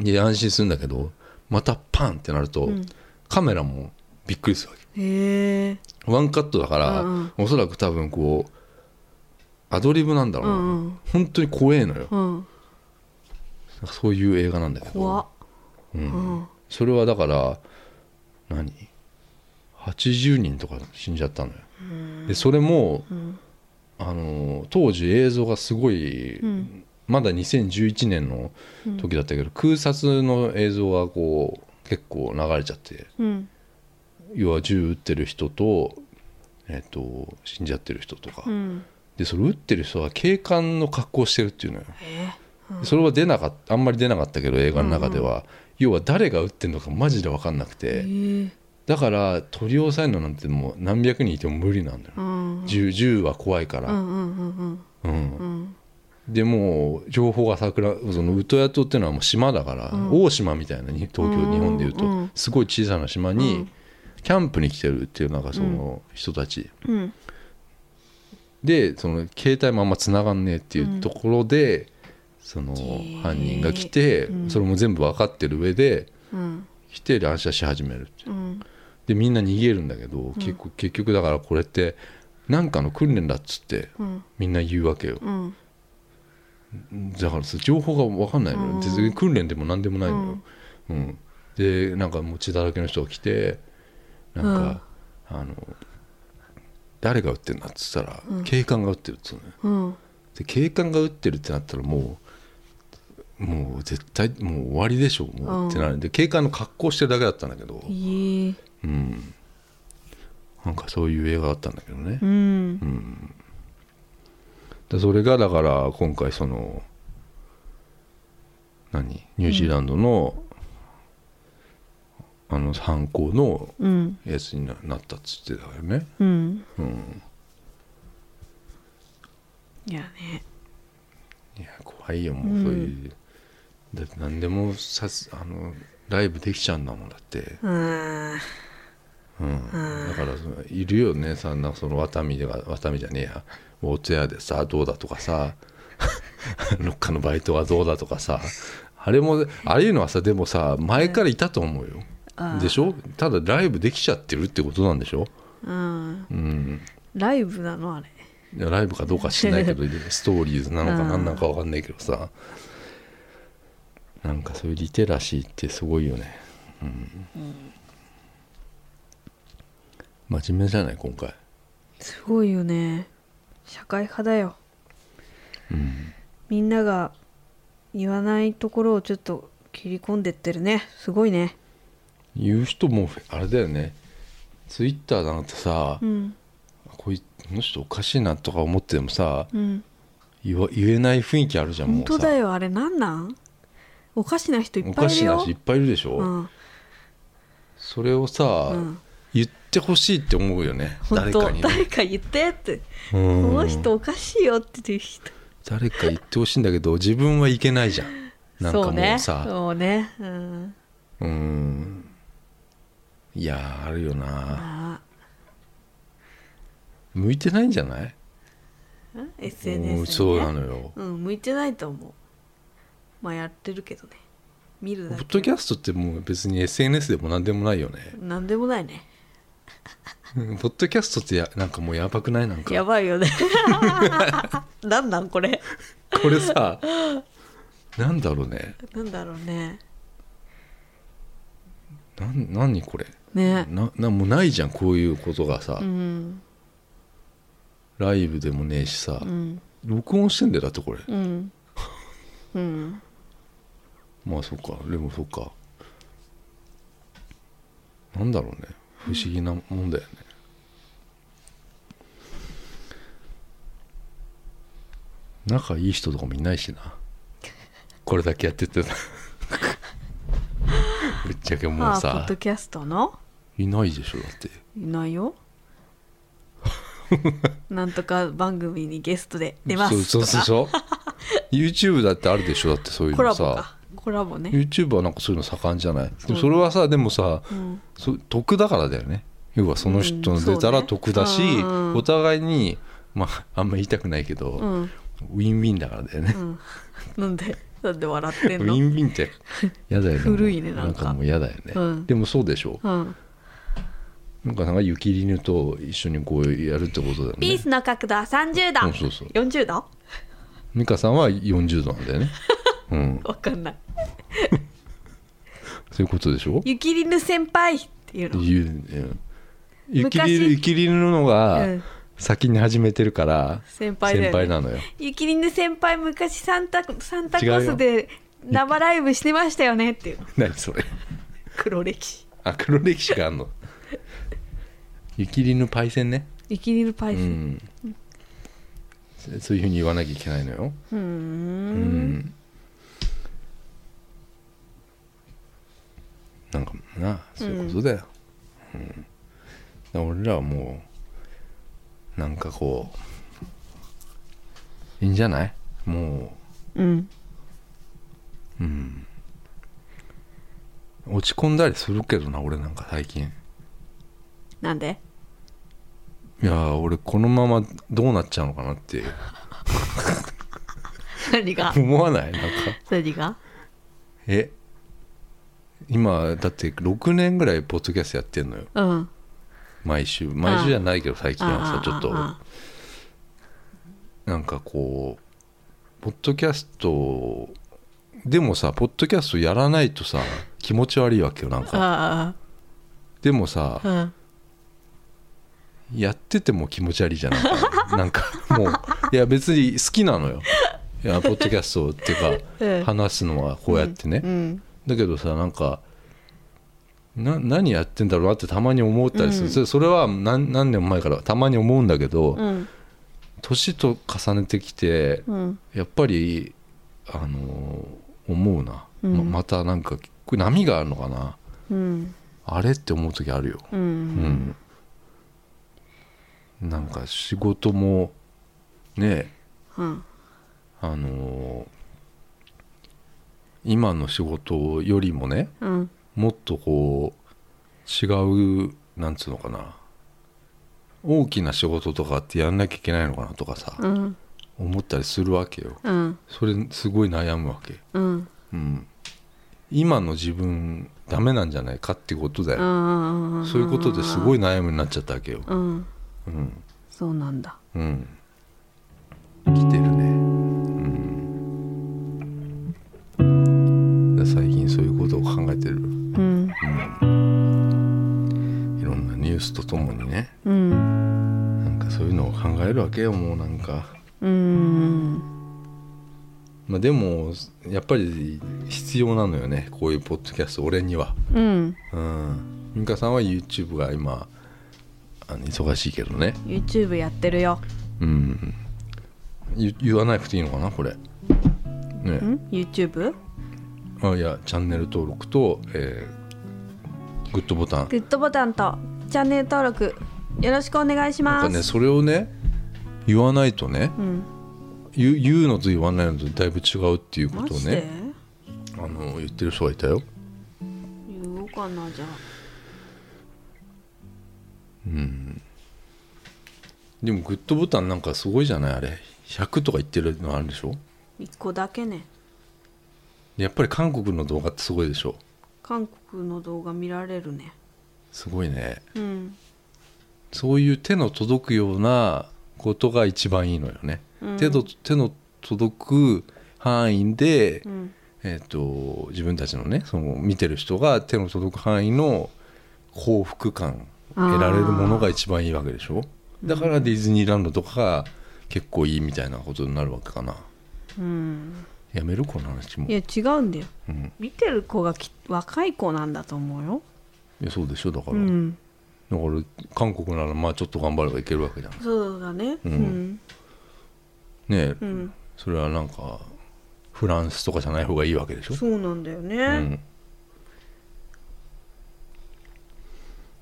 B: で安心するんだけどまたパンってなると、
A: うん
B: カメラもびっくりするわけ
A: へえ
B: ワンカットだから、
A: うん
B: おそらく多分こうアドリブなんだろうな、
A: うんうん
B: 本当に怖えのよ
A: うん
B: そういう映画なんだけ
A: 怖っ
B: ど、うん
A: うん
B: それはだから何80人とか死んじゃったのよ、でそれも、
A: ん
B: あの当時映像がすごい、
A: うん
B: まだ2011年の時だったけど、空撮の映像がこう結構流れちゃって
A: うん
B: 要は銃撃ってる人と,、えっと死んじゃってる人とか、
A: うん
B: でそれ撃ってる人は警官の格好をしてるっていうのよ
A: え
B: それは出なかったあんまり出なかったけど映画の中では、要は誰が撃ってるのかマジで分かんなくて、
A: ー
B: だから取り押さえるのなんてもう何百人いても無理なんだよ、
A: うん
B: 銃銃は怖いか
A: う
B: ら、
A: んうんうん
B: う
A: う
B: ん
A: ん
B: でもう情報が桜そのウトヤ島っていうのはもう島だから、
A: うん
B: 大島みたいなに東
A: う
B: 京
A: ん
B: 日本でいうと、
A: うん
B: すごい小さな島
A: う
B: に
A: ん
B: キャンプに来てるっていうなんかその人たち、
A: うん
B: でその携帯もあんまつながんねえっていうところで、その
A: ー
B: 犯人が来て、
A: うん
B: それも全部分かってる上で
A: うん
B: 来て乱射し始めるって
A: うん
B: でみんな逃げるんだけど、結構結局だからこれって何かの訓練だっつって
A: うん
B: みんな言うわけよ
A: うん
B: だからさ情報が分かんないのよ、
A: うん
B: 別に訓練でも何でもないのよ、うんでなんかもう血だらけの人が来てなんか、あの誰が撃ってんだっつったら、
A: うん
B: 警官が撃ってるっつうのよ
A: うん
B: で警官が撃ってるってなったらもうもう絶対もう終わりでしょもうってなるんで警官の格好してるだけだったんだけど、
A: いい
B: うん、なんかそういう映画だったんだけどね、
A: うん
B: でそれがだから今回その何ニュージーランドの、あの犯行の
A: うん
B: やつにななったっつってたからね、
A: うん
B: うん、
A: いやね
B: いや怖いよもうそういう、だって何でもさすあのライブできちゃうんだもんだって、
A: うん
B: うん、だからそのいるよねさなんかそのワタミでワタミじゃねえや大津屋でさどうだとかさ ロッカーのバイトはどうだとかさあれもああいうのはさでもさ前からいたと思うよ、でしょただライブできちゃってるってことなんでしょ、
A: うん
B: うん、
A: ライブなのあれ
B: いやライブかどうか知んないけどストーリーズなのか
A: うん
B: 何なのか分かんないけどさなんかそういうリテラシーってすごいよねうん、真面目じゃない今回
A: すごいよね社会派だよ
B: うん
A: みんなが言わないところをちょっと切り込んでってるねすごいね
B: 言う人もあれだよねツイッターなんてさ、
A: うん
B: こいこの人おかしいなとか思ってもさ
A: うん
B: 言わ言えない雰囲気あるじゃん
A: 本
B: もう
A: 当
B: さ
A: だよあれなんなんおかしな人い
B: お
A: っぱい
B: か
A: い
B: し
A: る
B: い
A: よ
B: なしいっぱいいるでしょ、
A: うん
B: それをさ、
A: うん
B: 言ってほしいって思うよね
A: 本
B: 誰
A: 当
B: か
A: 誰
B: に
A: か
B: ね
A: 言ってって
B: こ
A: この人おかしいよって言う人
B: 誰か言ってほしいんだけど自分はいけないじゃんなん
A: そ
B: か
A: う
B: も
A: ね
B: うさ
A: そうねうん
B: う,、んいやーあるよな
A: あ
B: 向いてないんじゃない
A: ーん
B: うん
A: SNS
B: そう
A: に
B: な
A: ね
B: のよ
A: うん向いてないと思うまあやってるけどね見る
B: ポ
A: だ
B: ッドキ
A: け
B: ャストってもう別に SNS でも何でもないよね
A: なんでもないね
B: うんポッドキャストってやなんかもうやばくないなん
A: や
B: か
A: ばいよ ねなんなんこれ
B: これさなんだろうね
A: なんだろうね
B: なん何これ
A: ね
B: ななもうないじゃんこういうことがさ、
A: うん
B: ライブでもねえしさ、
A: うん
B: 録音してんだよだってこれ
A: うんうん
B: まあそっかでもそっかなんだろうね不思議なもんだよね、仲いい人とかもいないしなこれだけやっ ててぶっちゃけも
A: ま
B: う
A: あポ
B: さ
A: ッドキャストの
B: いないでしょだって
A: いない よなんとか番組にゲストで出ます
B: そう
A: と
B: そうで
A: か
B: しょ YouTube だってあるでしょだってそういう
A: コラ
B: の
A: ボ
B: さ
A: かコラボね、
B: YouTube はなんかそういうの盛んじゃないでもそれはさでもさ
A: うん
B: そ得だからだよね要はその人の出た
A: う
B: ら
A: ん
B: 得だし、
A: そうねうん
B: お互いにまああんま言いたくないけど、
A: うん
B: ウィンウィンだからだよね
A: う、ん、なんでなんで笑って
B: ウ
A: ん
B: ィ
A: の
B: ンウィンってやだよ ね
A: 古いねなんか
B: もうやだよね、
A: うん
B: でもそうでしょ
A: うん、
B: なんかなんかゆきりぬと一緒にこうやるってことだよ
A: ピ
B: ね
A: ースの角度は30度
B: そうそうそう
A: 40度
B: 美香さんは40度な んだよねうん
A: わかんない
B: そういうことでしょ
A: ゆきりぬ先輩っていうの
B: ゆうんゆきりぬ
A: 昔
B: ゆきりぬの
A: う
B: が
A: ん
B: 先に始めてるから
A: 先輩だよ、ね、
B: 先輩なのよ
A: ゆきりぬ先輩昔サンタサンタコ
B: 違うよ
A: スで生ライブしてましたよねっていうの
B: 何それ
A: 黒歴史
B: あ黒歴史があん のゆきりぬパイセンね
A: ゆきりぬパイ
B: う
A: セン
B: んそそういうふうに言わなきゃいけないのよ
A: うー
B: うんんなんかなそういうことだよ、うんだから俺らはもうなんかこういいんじゃないも
A: うん
B: う落ち込んだりするけどな俺なんか最近
A: なんで
B: いやー俺このままどうなっちゃうのかなって
A: 何が
B: 思わないなんか
A: 何が
B: え今だって6年ぐらいポッドキャストやってんのよ
A: うん
B: 毎週毎週じゃないけど最近はさちょっと
A: あ
B: なんかこうポッドキャストでもさポッドキャストやらないとさ気持ち悪いわけよなん
A: あ
B: か
A: あ
B: でもさ
A: ああ
B: やってても気持ち悪い じゃんないかなんかもういや別に好きなのよいやポッドキャストって
A: え
B: い
A: え
B: うか話すのはこうやってね、
A: うん
B: だけどさなんかな何やってんだろうなってたまに思ったりする、
A: うん
B: それそれは何何年も前からたまに思うんだけど、
A: うん
B: 年と重ねてきて
A: うん
B: やっぱりあのー思うな、
A: うん
B: ままたなんかこれ波があるのかな
A: うん
B: あれって思う時あるよ、
A: う
B: うんんなんか仕事もね
A: うん
B: あのー今の仕事よりもね、
A: うん
B: もっとこう違うなんつうのかな大きな仕事とかってやんなきゃいけないのかなとかさ、
A: うん
B: 思ったりするわけよ
A: うん
B: それすごい悩むわけ、
A: うん
B: うん、今の自分ダメなんじゃないかってことだよ、
A: うん
B: そういうことですごい悩むになっちゃったわけよ、
A: うん
B: うん
A: そうなんだ
B: うん、来てるね、うん、だから最近そういうことを考えてる
A: うん
B: いろんなニュースとともにね
A: うん
B: なんかそういうのを考えるわけよもうなんか、
A: うん
B: まあ、でもやっぱり必要なのよねこういうポッドキャスト俺には
A: うん
B: うん美香さんは YouTube が今あの忙しいけどね
A: YouTube やってるよ
B: うん言言わなくていいのかなこれ
A: ん
B: ね
A: YouTube?
B: あいやチャンネル登録と、えーグッドボタン
A: グッドボタンとチャンネル登録よろしくお願いし
B: なん
A: ま
B: か
A: す、
B: ねそれをね言わないとね
A: うん
B: 言う言うのと言わないのとだいぶ違うっていうこ
A: マ
B: とを
A: ジで
B: ねあの言ってる人がいたよ
A: 言おうかなじゃあ
B: でもグッドボタンなんかすごいじゃないあれ100とか言ってるのあるでしょ
A: 1個だけね
B: やっぱり韓国の動画ってすごいでしょ
A: 韓国の動画見られるね
B: すごいね
A: うん
B: そういう手の届くようなことが一番いいのよね、
A: うん
B: 手の手の届く範囲で、
A: うん
B: えー、と自分たちのねその見てる人が手の届く範囲の幸福感得られるものが一番いいわけでしょだからディズニーランドとかが結構いいみたいなことになるわけかな
A: うん、
B: やめるこの話も
A: いや違うんだよ
B: うん、
A: 見てる子がき若い子なんだと思うよ、
B: いやそうでしょだから、
A: うん、
B: だから韓国ならまあちょっと頑張ればいけるわけじゃんね
A: そうだね
B: う
A: うんん
B: え、
A: うん、
B: それはなんかフランスとかじゃない方がいいわけでしょ
A: そうなんだよね、
B: うん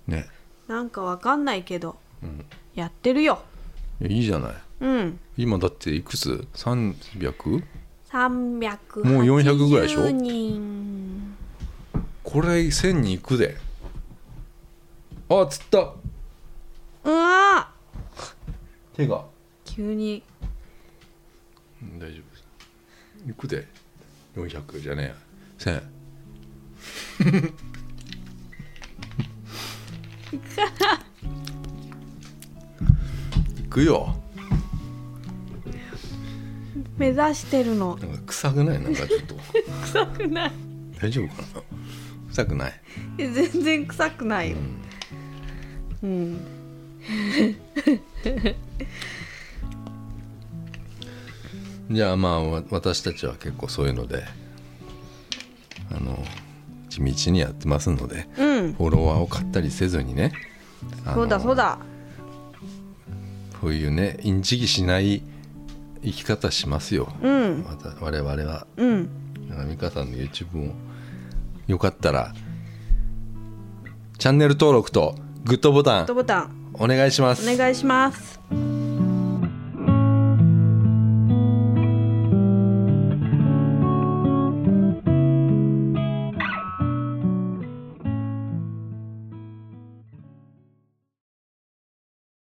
B: ね
A: なんかわかんないけど、
B: ん
A: やってるよ
B: えいやいいじゃない
A: うん
B: 今だっていくつ 300?
A: 380
B: もう400ぐらいでしょ
A: 人
B: これ1000に行くであ釣った
A: うわ
B: 手が
A: 急に
B: うん大丈夫です行くで400じゃねえ1000行くよ
A: 目指してるの
B: なんか臭くないなんかちょ っと
A: 臭くない
B: 大丈夫かな臭くない
A: え全然臭くないようん、
B: じゃあまあわ私たちは結構そういうのであの地道にやってますので
A: うん、
B: フォロワーを買ったりせずにねあの
A: そうだそうだ
B: そういうねインチキしない生き方しますよ、
A: うん
B: また我々は
A: うん
B: だから美香さんの YouTube もよかったらチャンネル登録とグッドボタ
A: と
B: ン
A: ボタン
B: お願いします
A: お願いします